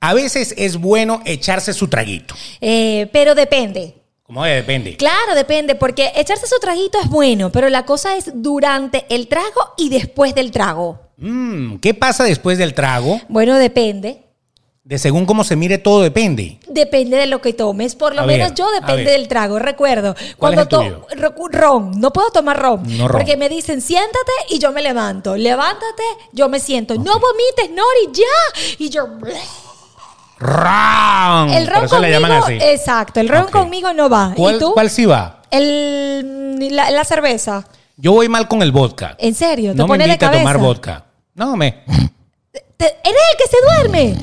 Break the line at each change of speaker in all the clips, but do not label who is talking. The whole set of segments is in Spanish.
a veces es bueno echarse su traguito.
Eh, pero depende.
Como "Eh, que depende.
Claro, depende, porque echarse su traguito es bueno, pero la cosa es durante el trago y después del trago.
Mm, ¿Qué pasa después del trago?
Bueno, depende.
De según cómo se mire, todo depende.
Depende de lo que tomes. Por lo
A
menos
ver,
yo
a
depende
ver.
del trago. Recuerdo,
¿Cuál es el
to- ro- ron, no puedo tomar ron,
No ron.
Porque me dicen, siéntate y yo me levanto. Levántate, yo me siento. No vomites, Nori, ya. Y yo,
¡Ron!
el
Por
ron
Mm, eso le llaman
conmigo.
así.
Exacto, el ron
Ok.
conmigo no va. ¿Y
¿Cuál,
tú?
cuál sí va?
El, la, la cerveza.
Yo voy mal con el vodka.
¿En serio? Eh, ¿Te
No me
pone de
invita a
cabeza?
tomar vodka. No, me...
Te- ¿Eres el que se duerme?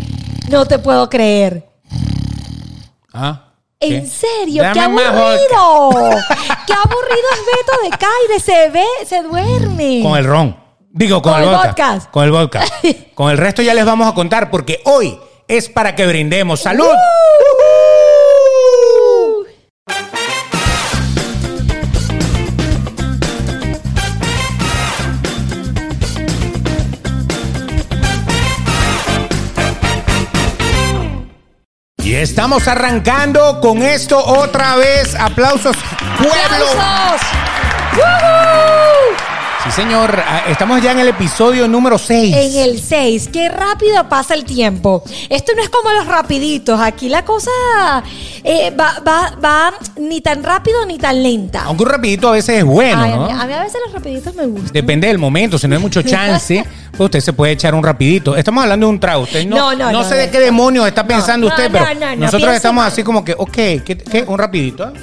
No te puedo creer.
Ah, ¿qué?
¿En serio? ¡Qué
Dame más vodka.
aburrido! ¡Qué aburrido es Beto de Caire! Se ve, se duerme.
Con el ron. Digo, con,
Con
el
el
vodka.
vodka.
Con el vodka. con el resto ya les vamos a contar porque hoy es para que brindemos. ¡Salud! Y estamos arrancando con esto otra vez. Aplausos, pueblo.
¡Aplausos! ¡Woohoo!
Sí, señor. Ah, Estamos ya en el episodio número 6.
En el 6, qué rápido pasa el tiempo. Esto no es como los rapiditos. Aquí la cosa eh, va, va, va ni tan rápido ni tan lenta.
Aunque un rapidito a veces es bueno,
Ay, a,
¿no?
mí, a mí a veces los rapiditos me gustan.
Depende del momento, si no hay mucho chance, pues usted se puede echar un rapidito. Estamos hablando de un trago, usted no,
No,
no,
no, no,
sé de
no.
qué demonios está pensando
no,
usted,
no,
pero
no, no,
nosotros
piense
estamos
mal.
así como que, ok, ¿qué, qué? un rapidito? eh?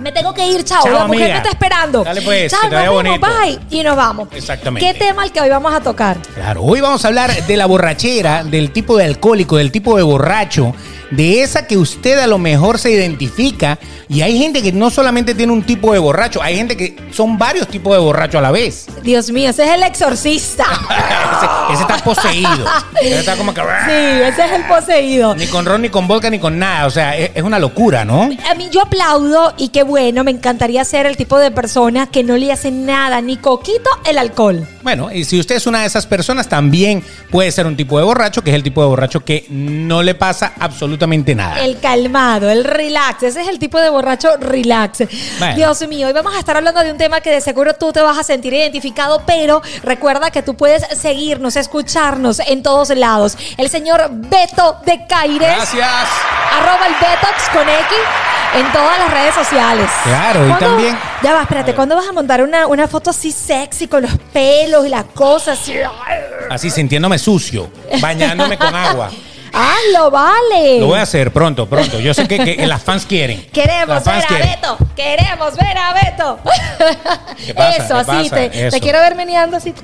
Me tengo que ir, chao.
Chao,
la mujer
amiga.
me está esperando.
Dale, pues,
chao,
que te vaya
nos vemos,
bonito.
bye. Y nos vamos.
Exactamente.
¿Qué tema el que hoy vamos a tocar?
Claro, hoy vamos a hablar de la borrachera, del tipo de alcohólico, del tipo de borracho, de esa que usted a lo mejor se identifica. Y hay gente que no solamente tiene un tipo de borracho, hay gente que son varios tipos de borracho a la vez.
Dios mío, ese es el exorcista.
ese, ese está poseído. Ese está como que...
Sí, ese es el poseído.
Ni con ron, ni con vodka, ni con nada. O sea, e, es, es una locura, ¿no?
A mí yo aplaudo y qué bueno, me encantaría ser el tipo de persona que no le hace nada, ni coquito el alcohol.
Bueno, y si usted es una de esas personas, también puede ser un tipo de borracho, que es el tipo de borracho que no le pasa absolutamente nada.
El calmado, el relax, ese es el tipo de borracho relax.
Bueno.
Dios mío, hoy vamos a estar hablando de un tema que de seguro tú te vas a sentir identificado, pero recuerda que tú puedes seguirnos, escucharnos en todos lados. El señor Beto de Caires,
Gracias.
arroba el Betox con X en todas las redes sociales.
Claro, y
¿Cuándo-
también-
Ya va, espérate, ¿cuándo vas a montar una, una foto así sexy con los pelos y las cosas así?
Así sintiéndome sucio, bañándome con agua.
¡Ah, lo vale!
Lo voy a hacer pronto, pronto. Yo sé que, que las fans quieren.
Queremos
Las
ver
fans
a
quieren.
Beto, queremos ver a Beto.
¿Qué pasa? ¿Qué
Eso, así,
pasa?
te,
Eso.
te quiero ver meneando así.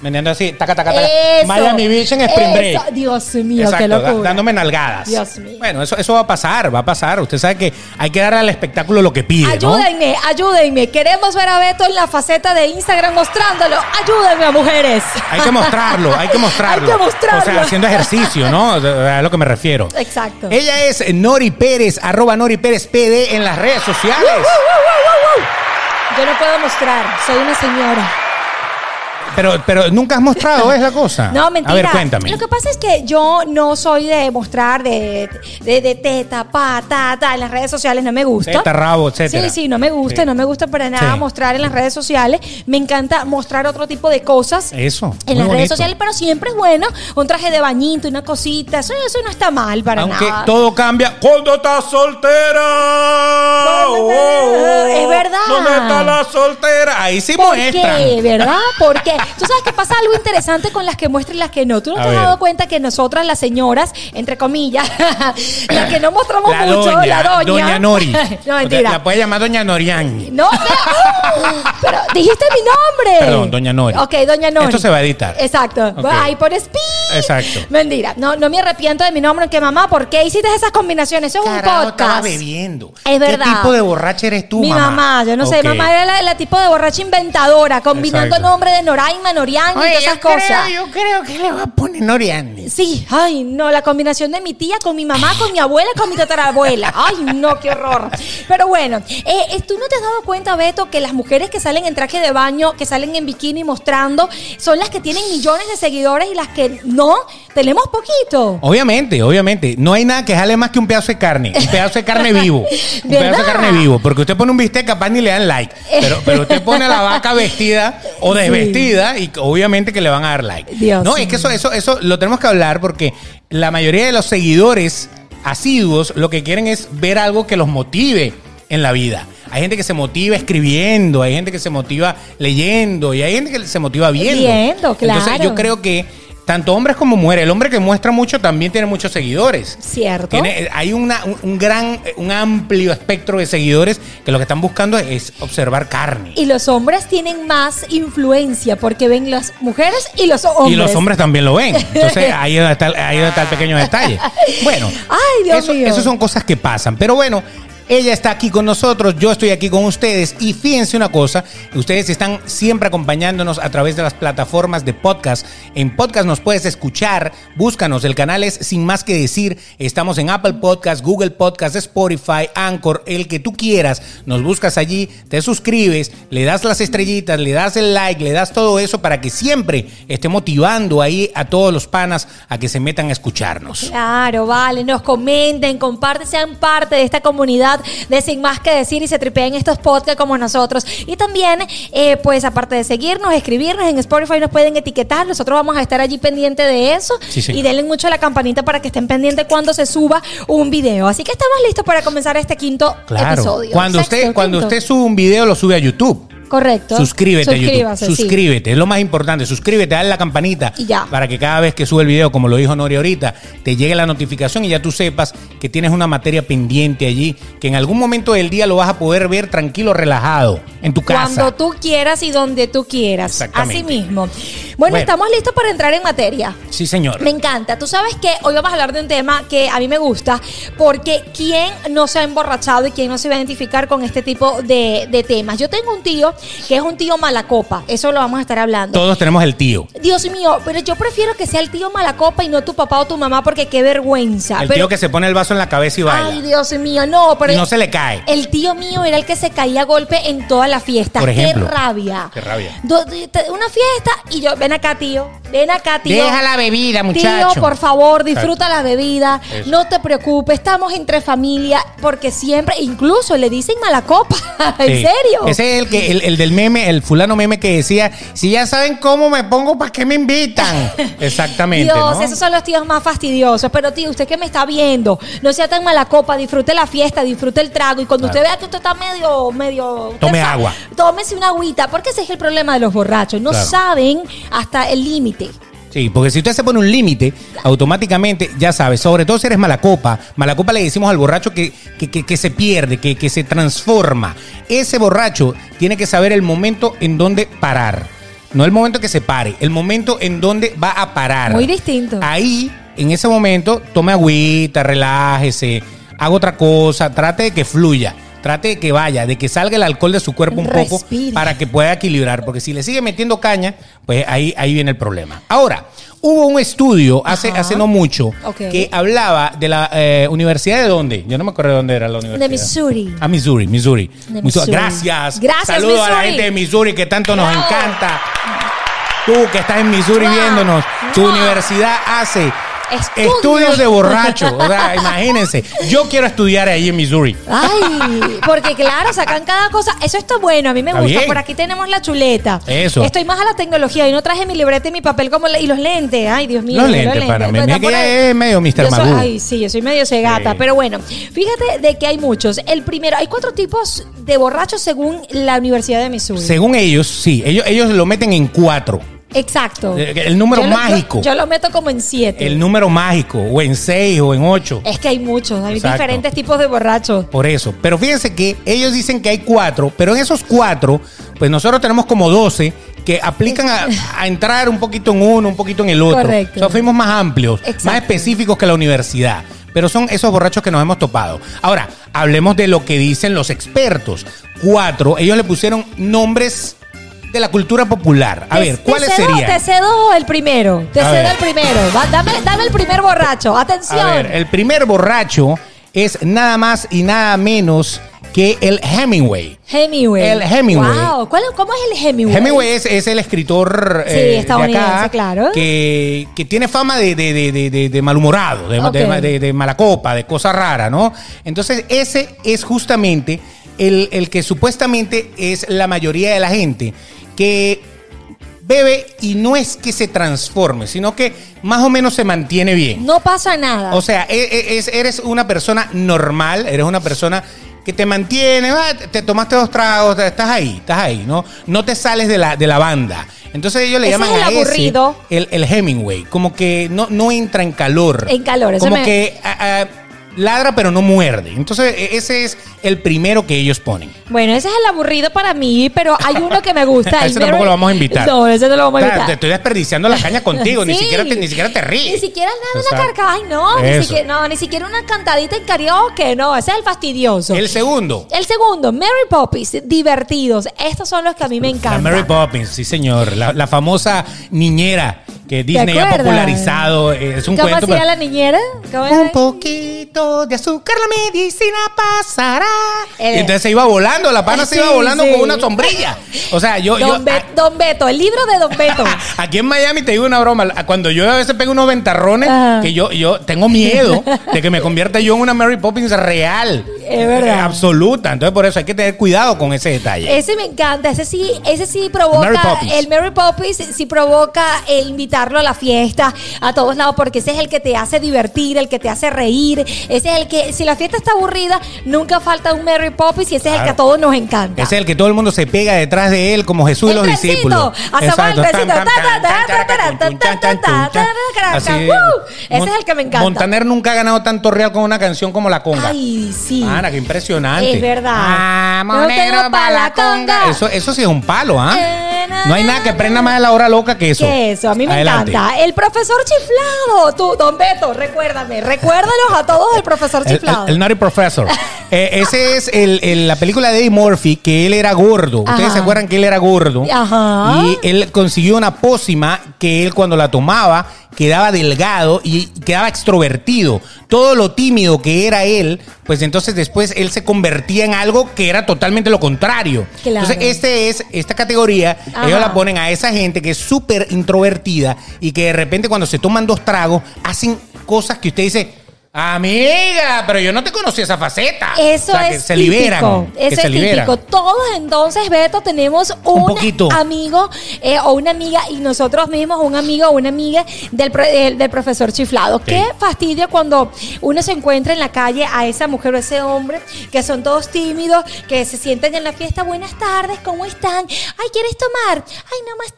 Meneando así, taca, taca, taca.
Eso.
Miami Beach en Spring
Eso.
Break.
Dios mío,
Exacto,
qué
da-
locura.
dándome nalgadas.
Dios mío.
Bueno, eso, eso va a pasar, va a pasar. Usted sabe que hay que darle al espectáculo lo que pide, ¿no?
Ayúdenme, ayúdenme. Queremos ver a Beto en la faceta de Instagram mostrándolo. Ayúdenme, mujeres.
Hay que mostrarlo, hay que mostrarlo.
Hay que mostrarlo.
O sea, haciendo ejercicio, ¿no? A lo que me refiero.
Exacto.
Ella es Nori Pérez, arroba Nori Pérez PD en las redes sociales.
Yo no puedo mostrar, soy una señora.
Pero, pero nunca has mostrado, es la cosa.
No, mentira.
A ver, cuéntame.
Lo que pasa es que yo no soy de mostrar de, de, de teta, patata en las redes sociales, no me gusta.
Teta, rabo, etcétera.
Sí, sí, no me gusta,
Sí.
no me gusta para nada
Sí.
mostrar en las redes sociales. Me encanta mostrar otro tipo de cosas.
Eso, muy
En las
bonito.
redes sociales, pero siempre es bueno. Un traje de bañito, una cosita. Eso, eso no está mal para
Aunque
nada.
todo cambia cuando estás soltera.
Cuando estás- es verdad.
¿Dónde está Oh. la soltera? Ahí sí
¿Por
muestran.
qué? ¿Verdad? Porque tú sabes que pasa algo interesante con las que muestran y las que no. Tú no
A
te has
ver.
dado cuenta que nosotras, las señoras, entre comillas, las que no mostramos
La
mucho,
doña,
la doña.
Doña Nori.
no, mentira.
La puede llamar Doña Norian.
No, pero, ¡ah! pero dijiste mi nombre.
Perdón, doña Nori.
Ok, doña Nori.
Esto se va a editar.
Exacto.
Ok.
Ahí por speed.
Exacto.
Mentira. No, no me arrepiento de mi nombre, que mamá, ¿por qué hiciste esas combinaciones? Eso es un
Carajo, estaba
podcast.
bebiendo.
Es verdad.
¿Qué tipo de borracha eres tú,
mi
mamá?
mamá, yo no sé,
Ok.
mamá era la, la tipo de borracha inventadora, combinando
Exacto.
nombres de Noraima, Norian y todas esas cosas.
yo creo que le va a poner Noriani.
Sí, ay, no, la combinación de mi tía con mi mamá, con mi abuela, con mi tatarabuela. Ay, no, qué horror. Pero bueno, eh, eh, ¿tú no te has dado cuenta, Beto, que las mujeres que salen en traje de baño, que salen en bikini mostrando, son las que tienen millones de seguidores y las que no? tenemos poquito.
Obviamente, obviamente. No hay nada que jale más que un pedazo de carne. Un pedazo de carne vivo. Un
¿Verdad?
pedazo de carne vivo. Porque usted pone un bistec, capaz ni le dan like. Pero, pero usted pone a la vaca vestida o desvestida y obviamente que le van a dar like.
Dios
no, es que eso, eso, eso lo tenemos que hablar porque la mayoría de los seguidores asiduos lo que quieren es ver algo que los motive en la vida. Hay gente que se motiva escribiendo, hay gente que se motiva leyendo y hay gente que se motiva viendo.
Viendo, claro.
Entonces yo creo que tanto hombres como mujeres, el hombre que muestra mucho también tiene muchos seguidores.
Cierto.
Tiene- hay una- un, un gran, un amplio espectro de seguidores que lo que están buscando es observar carne.
Y los hombres tienen más influencia porque ven las mujeres y los hombres.
Y los hombres también lo ven. Entonces ahí donde está, el- ahí donde está el pequeño detalle. Bueno,
Ay, Dios
eso,
mío.
eso son cosas que pasan. Pero bueno, ella está aquí con nosotros, yo estoy aquí con ustedes. Y fíjense una cosa, ustedes están siempre acompañándonos a través de las plataformas de podcast. En podcast nos puedes escuchar, búscanos. El canal es Sin Más Que Decir. Estamos en Apple Podcast, Google Podcast, Spotify, Anchor, el que tú quieras. Nos buscas allí, te suscribes, le das las estrellitas, le das el like, le das todo eso para que siempre esté motivando ahí a todos los panas a que se metan a escucharnos.
Claro, vale, nos comenten, comparten, sean parte de esta comunidad de Sin Más Que Decir y se tripeen estos podcasts como nosotros. Y también, eh, pues aparte de seguirnos, escribirnos en Spotify, nos pueden etiquetar, nosotros vamos a estar allí pendiente de eso.
Sí, señor.
y denle mucho a la campanita para que estén pendientes cuando se suba un video. Así que estamos listos para comenzar este quinto
Claro.
episodio.
Cuando
Sexto,
usted, cuando
quinto.
usted sube un video, lo sube a YouTube.
Correcto.
Suscríbete a YouTube.
Suscríbase, sí.
Suscríbete, es lo más importante. Suscríbete, dale la campanita
Y ya.
para que cada vez que sube el video, como lo dijo Nori ahorita, te llegue la notificación y ya tú sepas que tienes una materia pendiente allí, que en algún momento del día lo vas a poder ver tranquilo, relajado, en tu casa.
Cuando tú quieras y donde tú quieras.
Exactamente.
Así mismo.
Bueno.
bueno, estamos listos para entrar en materia.
Sí, señor.
Me encanta. Tú sabes que hoy vamos a hablar de un tema que a mí me gusta, porque ¿quién no se ha emborrachado y quién no se va a identificar con este tipo de, de temas? Yo tengo un tío que es un tío mala copa. Eso lo vamos a estar hablando.
Todos tenemos el tío.
Dios mío, pero yo prefiero que sea el tío mala copa y no tu papá o tu mamá, porque qué vergüenza.
El
Pero-
tío que se pone el vaso en la cabeza y baila.
Ay, Dios mío, no, pero
y no se le cae.
el tío mío era el que se caía a golpe en todas las fiestas.
Por ejemplo.
Qué rabia.
Qué rabia.
Do- te- una fiesta y yo, ven acá, tío. Ven acá, tío.
Deja la bebida, muchacho.
Tío, por favor, disfruta la bebida.
Eso.
No te preocupes, estamos entre familia, porque siempre, incluso le dicen mala copa. ¿En
Sí.
serio?
Ese es el, que, el, el del meme, el fulano meme que decía, si ya saben cómo me pongo, ¿para qué me invitan? Exactamente.
Dios,
¿no?
esos son los tíos más fastidiosos. Pero tío, usted que me está viendo, no sea tan mala copa, disfrute la fiesta, disfrute el trago y cuando
Claro.
usted vea que usted está medio, medio... usted
Tome
sabe,
agua.
Tómese una agüita, porque ese es el problema de los borrachos. No
Claro.
saben hasta el límite.
Sí, porque si usted se pone un límite, automáticamente, ya sabes, sobre todo si eres mala copa, mala copa le decimos al borracho que, que, que- que se pierde, que, que se transforma. Ese borracho tiene que saber el momento en donde parar. No el momento que se pare, el momento en donde va a parar.
Muy distinto.
Ahí, en ese momento, tome agüita, relájese, haga otra cosa, trate de que fluya, trate de que vaya, de que salga el alcohol de su cuerpo un poco
Respire.
para para que pueda equilibrar, porque si le sigue metiendo caña, pues ahí, ahí viene el problema. Ahora, hubo un estudio hace,
Ajá.
hace no mucho
Ok.
que hablaba de la eh, universidad de dónde. Yo no me acuerdo de dónde era la universidad.
Missouri.
Ah, Missouri, Missouri.
De
Missouri.
Missouri.
Gracias.
Gracias,
Saludos a la
Missouri.
gente de Missouri que tanto nos
Bravo.
encanta. Tú que estás en Missouri
Mua.
viéndonos, tu
Mua.
universidad hace
Estudios.
estudios de borracho. O sea, imagínense. Yo quiero estudiar ahí en Missouri.
Ay, porque claro, sacan cada cosa. Eso está bueno, a mí me
Está
gusta.
bien.
Por aquí tenemos la chuleta.
Eso.
Estoy más a la tecnología. Yo no traje mi libreta y mi papel como le- y los lentes. Ay, Dios mío.
Los
yo
lentes, para mí. Mira
No, está
que
por
ella
ahí.
es medio Mr.
Yo soy-
Magoo.
Ay, sí, yo soy medio segata.
Sí.
Pero bueno, fíjate de que hay muchos. El primero, hay cuatro tipos de borrachos según la Universidad de Missouri.
Según ellos, sí. Ellos, ellos lo meten en cuatro.
Exacto.
El- Eh, el número
Yo lo-
mágico.
yo, yo lo meto como en siete.
El número mágico, o en seis, o en ocho.
es que hay muchos, hay
Exacto.
diferentes tipos de borrachos.
Por eso. Pero fíjense que ellos dicen que hay cuatro, pero en esos cuatro, pues nosotros tenemos como 12 que aplican a, a entrar un poquito en uno, un poquito en el otro.
Correcto.
O sea, fuimos más amplios, más
Exacto.
específicos que la universidad. Pero son esos borrachos que nos hemos topado. Ahora, hablemos de lo que dicen los expertos. Cuatro, ellos le pusieron nombres de la cultura popular. A
Te-
ver, ¿cuáles
te cedo,
serían?
Te cedo el primero. Te
A
cedo
ver.
el primero. Va, dame, dame el primer borracho. Atención.
A ver, el primer borracho es nada más y nada menos que el Hemingway.
Hemingway.
El Hemingway.
Wow. ¿Cuál- ¿Cómo es el Hemingway?
Hemingway es, es el escritor
Sí,
eh, de
estadounidense,
acá,
claro.
que, que tiene fama de, de- de- de- de- de malhumorado, de,
Ok.
de- de- de mala copa, de cosa rara, ¿no? Entonces, ese es justamente el, el que supuestamente es la mayoría de la gente que bebe y no es que se transforme, sino que más o menos se mantiene bien.
No pasa nada.
O sea, e- e- es- eres una persona normal, eres una persona que te mantiene, ah, te- te tomaste dos tragos, te- estás ahí, estás ahí, ¿no? No te sales de la, de la banda. Entonces ellos le
Ese
llaman
es el
a ese
aburrido.
el, el Hemingway, como que no, no entra en calor.
En calor, eso
Como
me-
que ah, ah, ladra pero no muerde. Entonces e- ese es el primero que ellos ponen.
bueno, ese es el aburrido para mí, pero hay uno que me gusta.
A
el
ese tampoco
Mary-
lo vamos a invitar.
No, ese no lo vamos a
O sea,
invitar.
Te estoy desperdiciando la caña contigo, ni,
Sí.
siquiera te, ni siquiera te ríes.
Ni siquiera nada,
O sea,
una carcajada. Ay, no ni,
eso.
siquiera, no, ni siquiera una cantadita en karaoke. No, ese es el fastidioso.
El segundo.
El segundo, Mary Poppins, divertidos. Estos son los que a mí me
La
encantan.
Mary Poppins, sí señor, la, la famosa niñera que Disney ha
acuerdas?
popularizado, eh, es un
¿Cómo
cuento.
hacía
pero-
la niñera? ¿Cómo
Un
era?
poquito de azúcar la medicina pasará.
Eh.
Y entonces se iba volando, la pana se
Sí,
iba volando
sí.
con una sombrilla. O sea, yo, ah. yo-
Don, Be- Don Beto, el libro de Don Beto.
a- aquí en Miami te digo una broma, a- cuando yo a veces pego unos ventarrones,
Ajá.
que yo, yo tengo miedo de que me convierta yo en una Mary Poppins real.
Es verdad.
Eh, Absoluta. Entonces por eso hay que tener cuidado con ese detalle.
Ese me encanta, ese sí, ese sí provoca
Mary Poppins.
el Mary Poppins sí provoca eh, invitarlo a la fiesta, a todos lados, porque ese es el que te hace divertir, el que te hace reír, ese es el que, si la fiesta está aburrida, nunca falta un Mary Poppins y ese es el que a
Claro.
todos nos encanta.
Es el que todo el mundo se pega detrás de él como Jesús y
El
los
trencito,
discípulos.
asomar el
Exacto.
trencito.
Tan, tan, tan,
Ta, ta, ta, ta,
tan,
ta, ta, ta, ta, ta, ta, ta,
Así,
ta, ¡Woo! Ese es el que me encanta.
Montaner nunca ha ganado tanto real con una canción como La Conga.
Ay, sí.
Ana, qué impresionante.
Es verdad.
Vamos,
No tengo
negro,
pa'
pa'
la
la conga.
conga.
Eso, eso sí es un palo, ¿ah?
Eh, na,
No hay nada que prenda más de la hora loca que eso.
¿Qué es eso? A mí me
Adelante.
encanta. El profesor chiflado. Tú, don Beto, recuérdame. Recuérdalos a todos el profesor
El,
chiflado.
el- el Naughty Professor. Eh, ese es el, el- la película de Eddie Murphy, que él era gordo. Ustedes
Ajá.
se acuerdan que él era gordo.
Ajá.
Y él consiguió una pócima que él cuando la tomaba quedaba delgado y quedaba extrovertido. Todo lo tímido que era él, pues entonces después él se convertía en algo que era totalmente lo contrario.
Claro.
Entonces este es, esta categoría,
Ajá.
ellos la ponen a esa gente que es súper introvertida y que de repente cuando se toman dos tragos hacen cosas que usted dice... Amiga, pero yo no te conocí esa faceta.
Eso
O sea,
es
que se
típico.
liberan. que
Eso
se
es
liberan.
típico. Todos entonces, Beto, tenemos un,
poquito.
amigo eh, o una amiga y nosotros mismos un amigo o una amiga del, pro- del- del profesor chiflado. Qué fastidio cuando uno se encuentra en la calle a esa mujer o ese hombre que son todos tímidos, que se sienten en la fiesta. Buenas tardes, ¿cómo están? Ay, ¿quieres tomar? Ay, no, más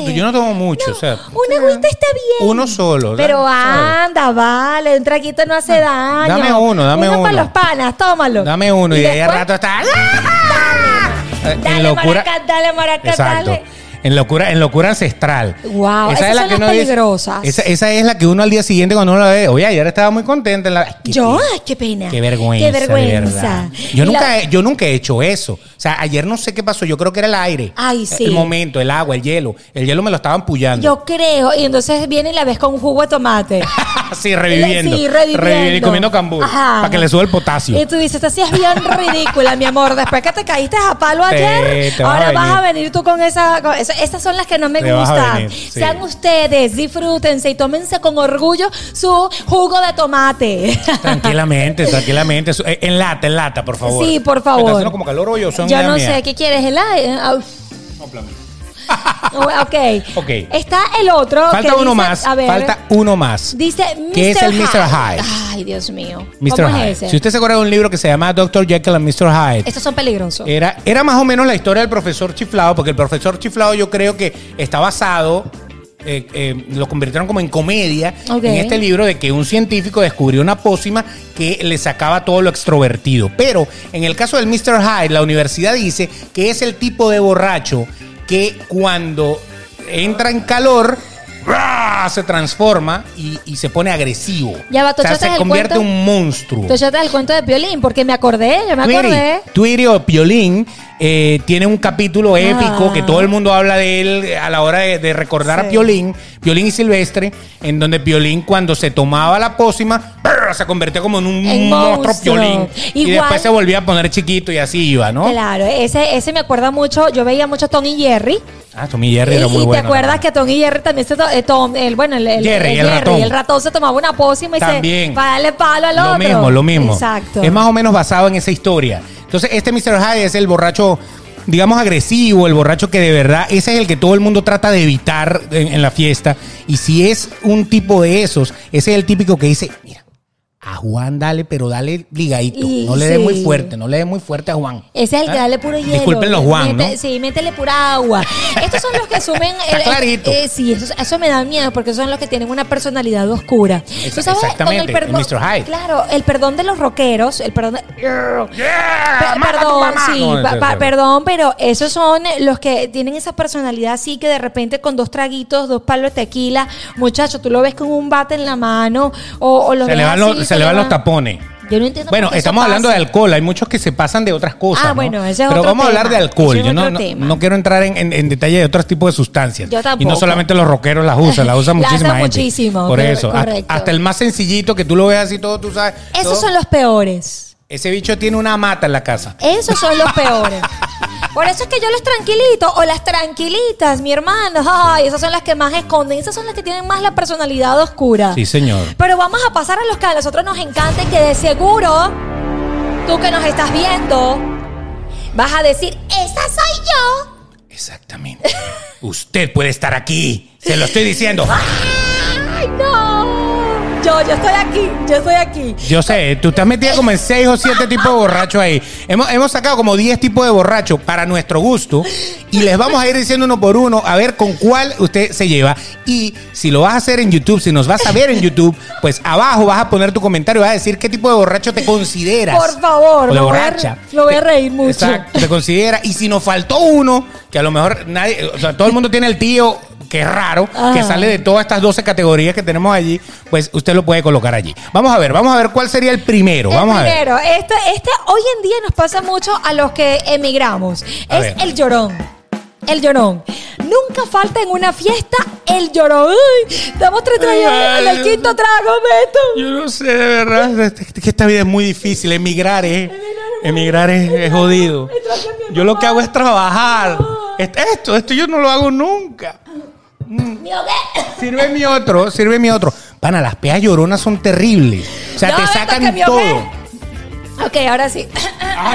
tarde.
No, yo no tomo mucho, o sea,
Una agüita está bien.
uno solo,
Pero
¿sabes?
anda, vale, un traguito no hace daño.
Dame uno, dame
uno. para
uno.
los panas, tómalo.
Dame uno y, de ahí a
después- ¡Ah!
rato está. ¡Ah! Eh,
Dale, maraca, dale, maraca,
Exacto.
dale.
En locura, en locura ancestral.
Guau, esas son las
uno dice-
peligrosas.
esa, esa es la que uno al día siguiente cuando uno la ve, oye, ayer estaba muy contenta. en la- Ay, qué
Yo,
pena.
ay, qué pena.
Qué vergüenza.
Qué
de verdad.
vergüenza.
Yo
Y la-
nunca, he, yo nunca he hecho eso. O sea, ayer no sé qué pasó. Yo creo que era el aire. Eh,
Ay, sí.
El momento, el agua, el hielo. El hielo me lo estaban pullando.
Yo creo, y entonces viene y la ves con un jugo de tomate.
Ah, sí, reviviendo.
Sí, reviviendo.
Reviviendo Y comiendo cambur.
Ajá.
Para que le suba el potasio.
Y tú dices, te sí es bien ridícula, mi amor. Después que te caíste a palo
Sí,
ayer,
te vas
ahora
a
vas a venir tú con esa. con esa- esas son las que no me
Te vas a
gustan.
venir, sí.
Sean ustedes, disfrútense y tómense con orgullo su jugo de tomate.
Tranquilamente, tranquilamente. Su- eh, En lata, en lata, por favor.
Sí, por
¿Me está
favor.
haciendo como calor o yo? Son
Yo
idea
no
mía.
sé, ¿qué quieres? ¿El aire? Ah, uf. ok.
Ok.
Está el otro. que
Falta uno
dice-
más.
A ver.
Falta uno más.
Dice Mr.
¿Qué es el Mr. Hyde?
Ay, Dios mío.
Mr.
¿Cómo
Hyde.
es
Si
ese?
usted se acuerda de un libro que se llama Dr. Jekyll and Mr. Hyde.
Estos son peligrosos.
Era, era más o menos la historia del profesor chiflado, porque el profesor chiflado yo creo que está basado, eh, eh, lo convirtieron como en comedia,
Ok.
en este libro de que un científico descubrió una pócima que le sacaba todo lo extrovertido. Pero en el caso del Mr. Hyde, la universidad dice que es el tipo de borracho que cuando entra en calor... ¡ra! se transforma y, y se pone agresivo.
Ya va,
o sea,
Tochotas
se
el
convierte en
cuento.
un monstruo.
Entonces yo te das el cuento de violín porque me acordé, yo me acordé.
Tweety o Piolín eh, tiene un capítulo épico que todo el mundo habla de él a la hora de, de recordar
Ah. Sí.
a Piolín, Piolín y Silvestre, en donde Piolín cuando se tomaba la pócima, ¡brr! se convertía como en un
En
monstruo
monstruo.
Piolín. Y
Igual-
después se volvía a poner chiquito y así iba, ¿no?
Claro, ese, ese me acuerda mucho, yo veía mucho Tom y Jerry.
Ah, Tommy Jerry
Y,
era
y
muy
te
bueno.
acuerdas
¿no?
que Tom y Jerry también se to- eh, Tom, el bueno, el, el-
Jerry, el ratón.
el ratón se tomaba una pócima y
También.
se para darle palo al
Lo
otro.
mismo, lo mismo.
Exacto.
Es más o menos basado en esa historia. Entonces, este Mr. Hyde es el borracho, digamos, agresivo, el borracho que de verdad, ese es el que todo el mundo trata de evitar en, en la fiesta. Y si es un tipo de esos, ese es el típico que dice, mira, a Juan dale, pero dale ligadito.
Y-
no le dé
sí. Eh,
muy fuerte, no le dé muy fuerte a Juan.
Ese es el que
¿Ah?
dale puro hielo.
Disculpen los Juan, ¿no?
Mete- Sí, métele pura agua. Estos son los que sumen.
Está clarito.
eh, sí, eso, eso me da miedo porque son los que tienen una personalidad oscura.
Ex-
Tú sabes, con
exactamente, el Mr. Hyde.
Claro, el perdón de los rockeros, el perdón. de-
Yeah,
Pe-
¡Ah, mata a tu
perdón,
mamá.
sí,
No,
pa-
entonces,
pa- perdón, pero esos son los que tienen esa personalidad así que de repente con dos traguitos, dos palos de tequila, muchacho, tú lo ves con un bate en la mano o, o los
Se le
ves
van,
así,
los, se le van los tapones.
Yo no entiendo
Bueno,
por qué eso
estamos hablando de
pasa.
alcohol. Hay muchos que se pasan de otras cosas.
Ah,
¿no?
bueno, ese es
Pero
otro
vamos a hablar de
tema.
alcohol.
Ese es
Yo no,
otro
no-
tema.
no quiero entrar en, en- en detalle de otros tipos de sustancias. Y
Yo
no
tampoco.
solamente los rockeros las usan, las usan
La usan
muchísima gente.
muchísimo,
Por
pero-
eso. hasta-
correcto.
Hasta el más sencillito que tú lo ves así todo, tú sabes.
Esos
todo.
son los peores.
Ese bicho tiene una mata en la casa.
Esos son los peores. Por eso es que yo los tranquilito o las tranquilitas, mi hermano. Ay, esas son las que más esconden. Esas son las que tienen más la personalidad oscura.
Sí, señor.
Pero vamos a pasar a los que a nosotros nos encantan, que de seguro tú que nos estás viendo vas a decir, esa soy yo.
Exactamente. Usted puede estar aquí. Se lo estoy diciendo.
Ay, no. Yo, yo estoy aquí, yo estoy aquí.
Yo sé, tú estás metida como en 6 o 7 tipos de borrachos ahí. Hemos, hemos sacado como 10 tipos de borrachos para nuestro gusto y les vamos a ir diciendo uno por uno a ver con cuál usted se lleva. Y si lo vas a hacer en YouTube, si nos vas a ver en YouTube, pues abajo vas a poner tu comentario, vas a decir qué tipo de borracho te consideras.
Por favor,
O de
lo voy a-
borracha.
lo voy a reír mucho.
Exacto, te considera. Y si nos faltó uno, que a lo mejor nadie, o sea, todo el mundo tiene el tío que es raro, que
Ajá.
sale de todas estas 12 categorías que tenemos allí, pues usted lo puede colocar allí. Vamos a ver, vamos a ver cuál sería el primero.
El
vamos a ver.
primero, este, este hoy en día nos pasa mucho a los que emigramos.
A
es
ver.
el llorón. El llorón. Nunca falta en una fiesta el llorón. Ay, Estamos tres tragos en el quinto trago, Beto.
Yo no sé, de verdad, es que esta vida es muy difícil. Emigrar es, emigrar es, es jodido. Yo lo que hago es trabajar. Est- Esto, esto yo no lo hago nunca.
Digo, ¿qué?
Sirve mi otro, sirve mi otro. Pana, las peas lloronas son terribles. O sea,
No,
te
Beto, que
sacan
me
todo.
ahogué. Ok, ahora sí.
Ok.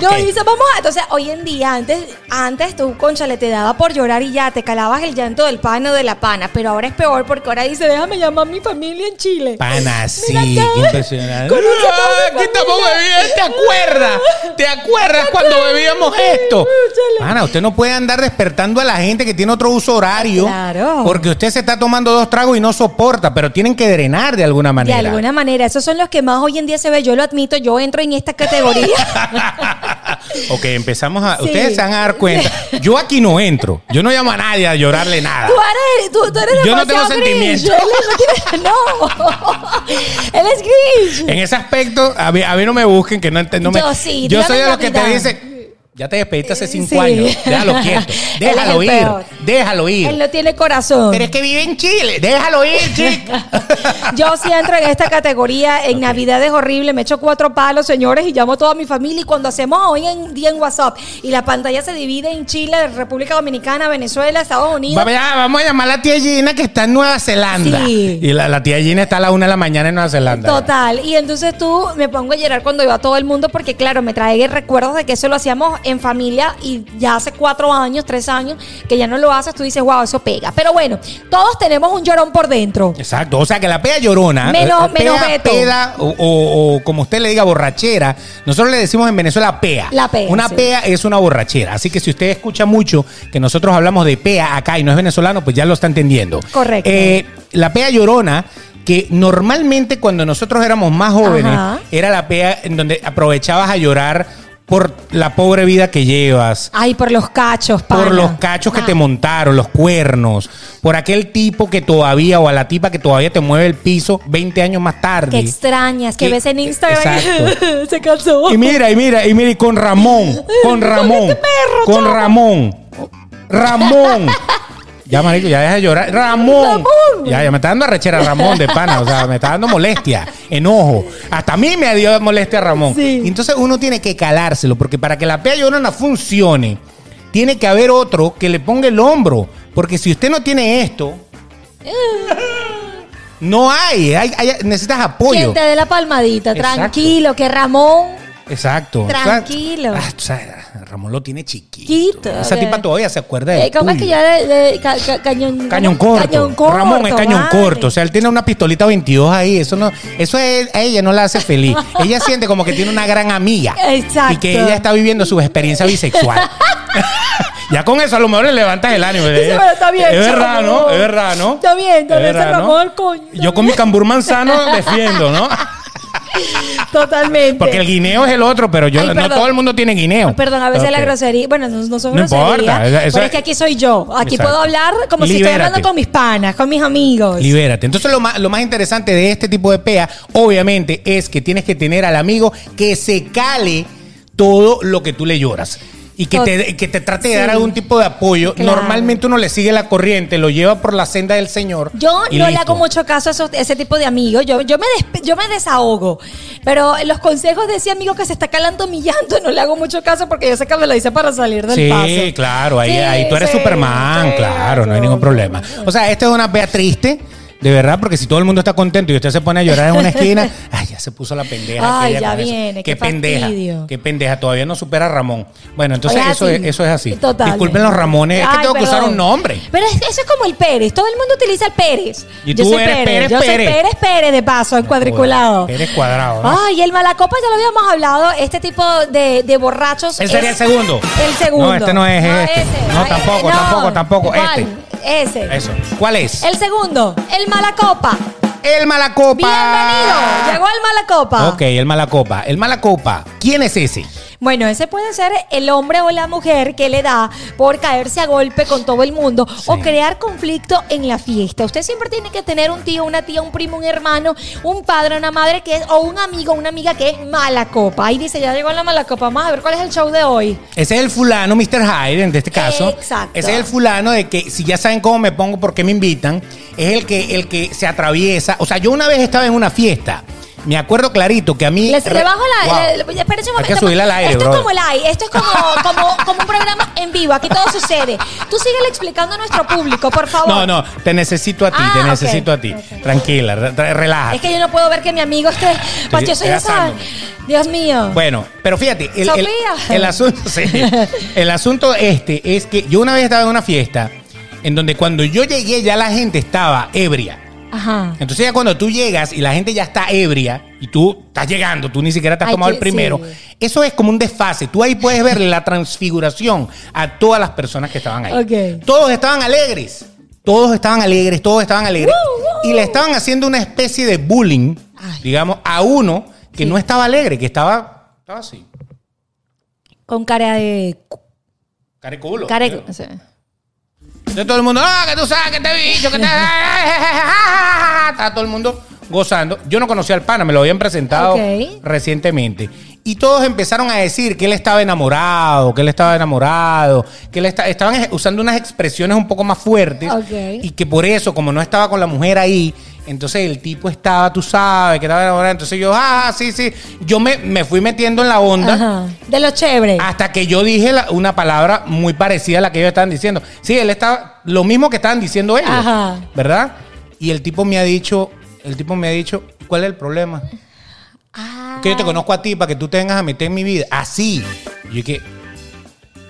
Yo hice, vamos a. Entonces, hoy en día, antes, antes tú, conchale, te daba por llorar y ya te calabas el llanto del pana o de la pana. Pero ahora es peor porque ahora dice, déjame llamar a mi familia en Chile.
Pana, sí,
Mira
qué
acá.
impresionante.
Conoce a toda mi
Ah, Aquí estamos
familia.
bebiendo, ¿te acuerdas? ¿Te acuerdas cuando bebíamos esto?
Escúchale.
Pana, usted no puede andar despertando a la gente que tiene otro uso horario.
Ah, Claro.
Porque usted se está tomando dos tragos y no soporta, pero tienen que drenar de alguna
De
manera.
alguna manera, esos son los que más hoy en día se ve. Yo lo admito, yo entro en esta categoría.
ok, empezamos a.
Sí.
Ustedes se van a dar cuenta. Yo aquí no entro. Yo no llamo a nadie a llorarle nada.
Tú eres, tú, tú eres
Yo no tengo
demasiado Grinch.
sentimiento.
Él es- no tiene- no. Él es Grinch.
En ese aspecto, a mí, a mí no me busquen, que no, ent- no me.
Yo sí,
Yo
dígame
soy de los que te
Navidad. Eh,
dicen. Ya te despediste hace cinco
Sí.
años. Déjalo quieto.
Él es
Déjalo
el
ir.
peor.
Déjalo
Él
ir.
no tiene corazón.
Pero es que vive en Chile. Déjalo ir, chica.
Yo sí entro en esta categoría. En Navidad es horrible. Me echo cuatro palos, señores, y llamo a toda mi familia. Y cuando hacemos hoy en día en WhatsApp y la pantalla se divide en Chile, República Dominicana, Venezuela, Estados Unidos.
Vamos a- vamos a llamar a la tía Gina que está en Nueva Zelanda.
Sí.
Y la, la tía Gina está a la una de la mañana en Nueva Zelanda.
Total, y entonces tú me pongo a llorar cuando iba a todo el mundo porque claro, me trae recuerdos de que eso lo hacíamos en familia y ya hace cuatro años, tres años, que ya no lo haces, tú dices, wow, eso pega. Pero bueno, todos tenemos un llorón por dentro.
Exacto, o sea que la peda llorona,
Menos-
eh,
menos
peda,
Beto.
peda, o, o- o como usted le diga borrachera, nosotros le decimos en Venezuela pea.
La pea,
Una
sí.
pea es una borrachera, así que si usted escucha mucho que nosotros hablamos de pea acá y no es venezolano, pues ya lo está entendiendo.
Correcto.
Eh, la pea llorona que normalmente cuando nosotros éramos más jóvenes
Ajá.
era la pea en donde aprovechabas a llorar por la pobre vida que llevas,
Ay, por los cachos, pana.
por los cachos que
Ah.
te montaron, los cuernos, por aquel tipo que todavía o a la tipa que todavía te mueve el piso 20 años más tarde.
Que extrañas, que
Que-
ves en Instagram.
Exacto.
Se cansó.
Y mira, y mira, y mira, y con Ramón, con Ramón,
este perro,
con
chavo.
Ramón, Ramón. Ya, marico, ya deja de llorar. Ramón.
Ramón.
Ya, ya me está dando arrechera Ramón de pana. O sea, me está dando molestia, enojo. Hasta a mí me dio molestia Ramón.
Sí.
Y entonces uno tiene que calárselo, porque para que la pea llorona funcione, tiene que haber otro que le ponga el hombro. Porque si usted no tiene esto,
Eh.
no hay. hay- hay- necesitas apoyo.
Quien te dé la palmadita,
Exacto.
tranquilo, que Ramón.
Exacto.
Tranquilo.
Ah, o sea, Ramón lo tiene chiquito.
Quito,
Esa
ok.
tipa todavía se acuerda de
Eh, ¿Cómo es que ya de, de ca- ca- cañón,
Cañón corto.
cañón corto,
Ramón es cañón
vale.
corto. O sea, él tiene una pistolita 22 ahí. Eso no, eso es- a ella no la hace feliz. Ella siente como que tiene una gran amiga.
Exacto.
Y que ella está viviendo su experiencia bisexual. ya con eso a lo mejor le levantas el ánimo.
Dice, pero está bien,
Es verdad,
chamo.
¿no? Es verdad, ¿no?
Está bien, está
Es
bien, ese
verdad, ¿no?
Ramón, coño, está
Yo con mi cambur manzano defiendo, ¿no?
Totalmente.
Porque el guineo es el otro, pero yo
Ay,
no
perdón.
todo el mundo tiene guineo.
Perdón, a veces la
Ok.
grosería. Bueno, no, no son
No
groserías.
importa, esa- esa-
pero es que aquí soy yo. Aquí
Exacto.
puedo hablar como si estoy
Libérate.
hablando con mis panas, con mis amigos.
Libérate. Entonces, lo más, lo más interesante de este tipo de pea, obviamente, es que tienes que tener al amigo que se cale todo lo que tú le lloras. Y que
Tot-
te, que te trate de
Sí.
dar algún tipo de apoyo.
Claro.
Normalmente uno le sigue la corriente, lo lleva por la senda del Señor.
Yo
y
no le
listo.
hago mucho caso a esos- ese tipo de amigos. Yo, yo, me despe- yo me desahogo. Pero los consejos de ese amigo que se está calando mi llanto, no le hago mucho caso porque yo sé que me lo hice para salir del
Sí,
paso.
claro, ahí,
Sí,
ahí tú eres
sí,
Superman,
sí,
claro, no hay ningún problema. O sea, esta es una pea triste, de verdad, porque si todo el mundo está contento y usted se pone a llorar en una esquina, ay, ya se puso la pendeja.
Ay,
aquella
ya
con eso.
viene, qué
pendeja,
fastidio.
qué pendeja, todavía no supera a Ramón. Bueno, entonces
Oye,
eso,
así.
es, eso es así.
Total.
Disculpen los Ramones, es que
Ay,
tengo que usar
perdón.
un nombre.
Pero es- eso es como el Pérez. Todo el mundo utiliza el Pérez.
Y tú eres Pérez,
yo
Pérez.
soy Pérez Pérez de paso, en cuadriculado.
Eres cuadrado. ¿no?
Ay, el Malacopa ya lo habíamos hablado. Este tipo de, de borrachos.
Ese sería
es
el segundo.
El segundo.
No, este no es este. No,
Ay,
tampoco, tampoco, tampoco, este.
¿Cuál? Ese.
Eso. ¿Cuál es?
El segundo, el Malacopa.
El, Malacopa.
Bienvenido. Llegó el Malacopa.
Ok, el Malacopa. El Malacopa. ¿Quién es ese?
Bueno, ese puede ser el hombre o la mujer que le da por caerse a golpe con todo el mundo o crear conflicto en la fiesta. Usted siempre tiene que tener un tío, una tía, un primo, un hermano, un padre, una madre que es, o un amigo, una amiga que es mala copa. Ahí dice, ya llegó la mala copa. Vamos a ver cuál es el show de hoy.
Ese es el fulano, Mr. Hyde, en este caso.
Exacto.
Ese es el fulano de que, si ya saben cómo me pongo, por qué me invitan, es el que, el que se atraviesa. O sea, yo una vez estaba en una fiesta. Me acuerdo clarito que a mí.
Les, le bajo la.
Wow.
le- le- espérense un
Hay
momento.
que subirla al aire,
Esto es
brother.
como el aire. Esto es como, como, como un programa en vivo. Aquí todo sucede. Tú síguele explicando a nuestro público, por favor.
No, no, te necesito a ti,
Ah,
te
ok.
necesito a ti.
Ok.
Tranquila, re- re- relájate.
Es que yo no puedo ver que mi amigo esté. Pues yo soy
Era
esa.
sano.
Dios mío.
Bueno, pero fíjate, el, el-
Sofía.
el asunto, sí, el asunto este es que yo una vez estaba en una fiesta en donde cuando yo llegué ya la gente estaba ebria.
Ajá.
Entonces ya cuando tú llegas y la gente ya está ebria y tú estás llegando, tú ni siquiera te has
Ay,
tomado
que-
el primero,
sí.
eso es como un desfase. Tú ahí puedes ver la transfiguración a todas las personas que estaban ahí.
Ok.
Todos estaban alegres, todos estaban alegres, todos estaban alegres. Y le estaban haciendo una especie de bullying,
Ay.
digamos, a uno que
Sí.
no estaba alegre, que estaba, estaba así,
Con cara de.
cariculo.
Cara de- o sea,
Entonces todo el mundo, ah, que tú sabes que te bicho, que te. Estaba todo el mundo gozando. Yo no conocía al pana, me lo habían presentado
Ok.
recientemente. Y todos empezaron a decir que él estaba enamorado, que él estaba enamorado, que él esta- estaban eje- usando unas expresiones un poco más fuertes.
Ok.
Y que por eso, como no estaba con la mujer ahí, entonces el tipo estaba, tú sabes, que estaba enamorado. Entonces yo, ah, sí, sí. Yo me, me fui metiendo en la onda.
Ajá. De lo chévere.
Hasta que yo dije la- una palabra muy parecida a la que ellos estaban diciendo. Sí, él estaba lo mismo que estaban diciendo ellos.
Ajá.
¿Verdad? Y el tipo me ha dicho, el tipo me ha dicho, ¿cuál es el problema?
Ah.
Que yo te conozco a ti para que tú te vengas a meter en mi vida. Así. Y yo que,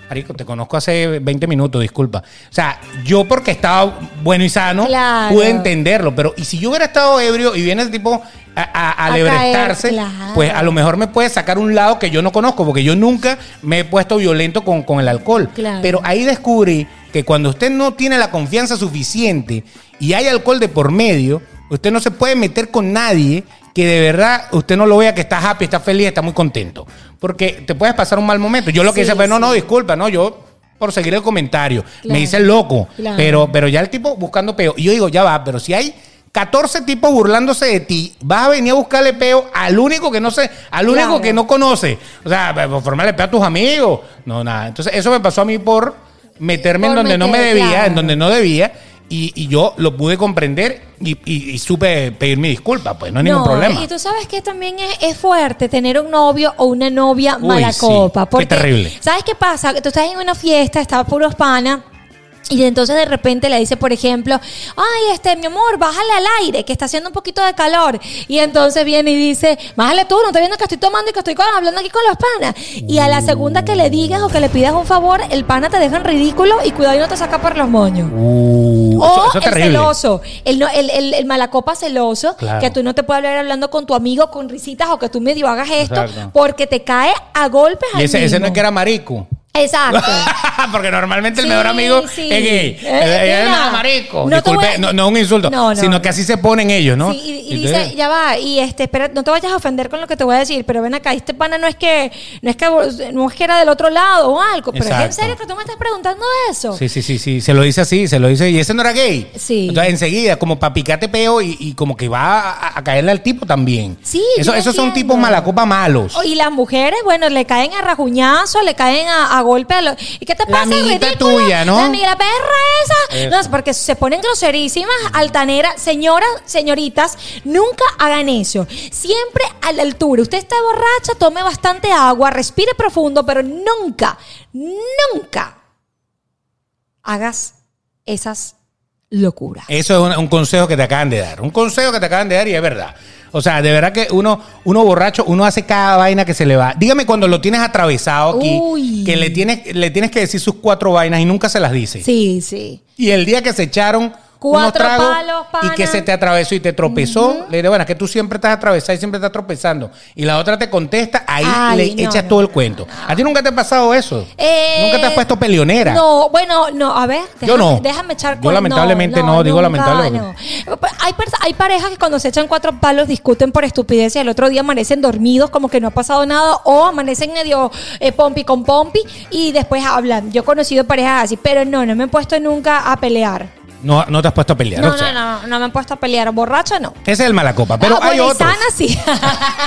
Marico, te conozco hace 20 minutos, disculpa. O sea, yo porque estaba bueno y sano,
Claro.
pude entenderlo. Pero, y si yo hubiera estado ebrio y viene el tipo a, a, a
A
lebrestarse,
caer, claro.
pues a lo mejor me puede sacar un lado que yo no conozco, porque yo nunca me he puesto violento con, con el alcohol.
Claro.
Pero ahí descubrí que cuando usted no tiene la confianza suficiente y hay alcohol de por medio, usted no se puede meter con nadie que de verdad usted no lo vea que está happy, está feliz, está muy contento. Porque te puedes pasar un mal momento. Yo lo que
Sí,
hice fue, no,
sí.
no, disculpa, no, yo por seguir el comentario.
Claro.
Me hice el loco.
Claro.
Pero, pero ya el tipo buscando peo. Y yo digo, ya va, pero si hay 14 tipos burlándose de ti, vas a venir a buscarle peo al único que no sé, al único
Claro.
que no conoce. O sea, por formarle peo a tus amigos. No, nada. Entonces, eso me pasó a mí por meterme en
Por
donde no me
meter,
debía, en
claro.
donde no debía. Y, y yo lo pude comprender y, y- y supe pedir mi disculpa, pues no hay ningún problema.
Y tú sabes que también es, es fuerte tener un novio o una novia
Uy,
mala
sí.
copa.
Qué
Porque,
terrible.
¿Sabes qué pasa? Que tú estás en una fiesta, estás puros panas. Y de entonces de repente le dice, por ejemplo, ay, este, mi amor, bájale al aire, que está haciendo un poquito de calor. Y entonces viene y dice, bájale tú, no te viendo que estoy tomando y que estoy con- hablando aquí con los panas. Y a la segunda que le digas o que le pidas un favor, el pana te deja en ridículo y cuidado y no te saca por los moños.
Uh,
O
eso, eso es
el
terrible.
celoso, el, no- el, el, el malacopa celoso,
Claro.
que tú no te puedes hablar hablando con tu amigo con risitas o que tú medio hagas esto,
Exacto.
porque te cae a golpes
Y
al
ese, ese no es
mismo.
que era marico.
Exacto.
Porque normalmente el
Sí,
mejor amigo
sí.
es gay.
Eh,
Eh, eh,
mira,
nada, marico.
no te
Disculpe,
voy a-
no, no es un insulto,
No, no,
sino
no.
que así se ponen ellos, ¿no?
Sí, y, y
Entonces,
dice, ya va, y este, espera, no te vayas a ofender con lo que te voy a decir, pero ven acá, este pana no es que, no es que, no es que era del otro lado o algo, pero es en
Exacto.
serio que tú me estás preguntando eso.
Sí, sí, sí, sí, se lo dice así, se lo dice, y ese no era gay.
Sí.
Entonces enseguida, como para picarte peo y, y como que va a, a caerle al tipo también.
Sí,
Eso-
yo
esos son
entiendo.
tipos malacopa malos.
Oh, Y las mujeres, bueno, le caen a rajuñazo, le caen a, a golpe. a lo- ¿Y qué te pasa?
amiguita
ridícula?
tuya, ¿no?
La amiga perra esa.
Eso.
No, es porque se ponen groserísimas, altaneras. Señoras, señoritas, nunca hagan eso. Siempre a la altura. Usted está borracha, tome bastante agua, respire profundo, pero nunca, nunca hagas esas locuras.
Eso es un, un consejo que te acaban de dar. Un consejo que te acaban de dar y es verdad. O sea, de verdad que uno, uno borracho, uno hace cada vaina que se le va. Dígame cuando lo tienes atravesado aquí,
Uy.
que le tienes, le tienes que decir sus cuatro vainas y nunca se las dice.
Sí, sí.
Y el día que se echaron unos
Cuatro
tragos
palos,
y
pana.
que se te atravesó y te tropezó, le dice, bueno, es que tú siempre estás atravesado y siempre estás tropezando. Y la otra te contesta, ahí
Ay,
le
no,
echas
no,
todo el cuento. ¿A ti nunca te ha pasado eso?
Eh,
¿Nunca te has puesto peleonera?
No, bueno, no, a ver.
Yo no.
Déjame echar
Yo lamentablemente no, digo lamentablemente.
no. Hay, pers- hay parejas que cuando se echan cuatro palos discuten por estupidez y al otro día amanecen dormidos como que no ha pasado nada o amanecen medio eh, pompi con pompi y después hablan. Yo he conocido parejas así, pero no, no me he puesto nunca a pelear.
No, no te has puesto a pelear.
No,
o sea,
no, no, no me he puesto a pelear. Borracha no.
Ese es el malacopa. Pero hay
Ah, bueno, y
otros.
sana sí.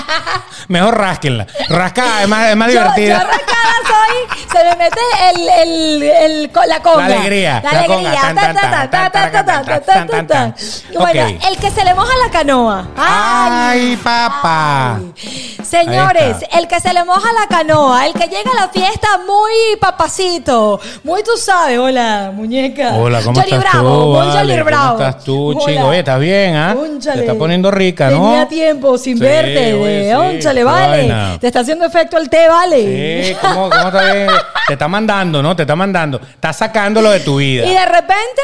Mejor rásquenla. Rasca es más, es más
Yo-
divertida.
Yo, arrancada soy, se me mete el, el, el, co- la conga.
La alegría,
La
la
alegría.
conga. Tan,
Tan,
tan,
tan,
tan,
tan, tan,
tan, tan,
tan, tan,
tan, tan,
tan, tan,
tan.
tan. Y Bueno,
Ok.
el que se le moja la canoa. Ay.
Ay, papá.
Señores,
Ahí
el que se le moja la canoa, el que llega a la fiesta muy papacito, muy tú sabes, hola muñeca.
Hola, ¿cómo
Johnny
estás tú?
Bravo, muy
vale?
Johnny Bravo.
¿Cómo estás tú,
Hola.
chico? Oye, ¿estás bien, ah? Te
Ónchale.
está poniendo rica, ¿no?
Tenía tiempo sin
Sí,
verte.
oye, sí,
Ónchale,
qué
vale.
vaina.
Te está haciendo efecto el té, vale.
Sí, ¿cómo, cómo está bien? Te está mandando, ¿no? Te está mandando. Está sacándolo de tu vida.
Y de repente,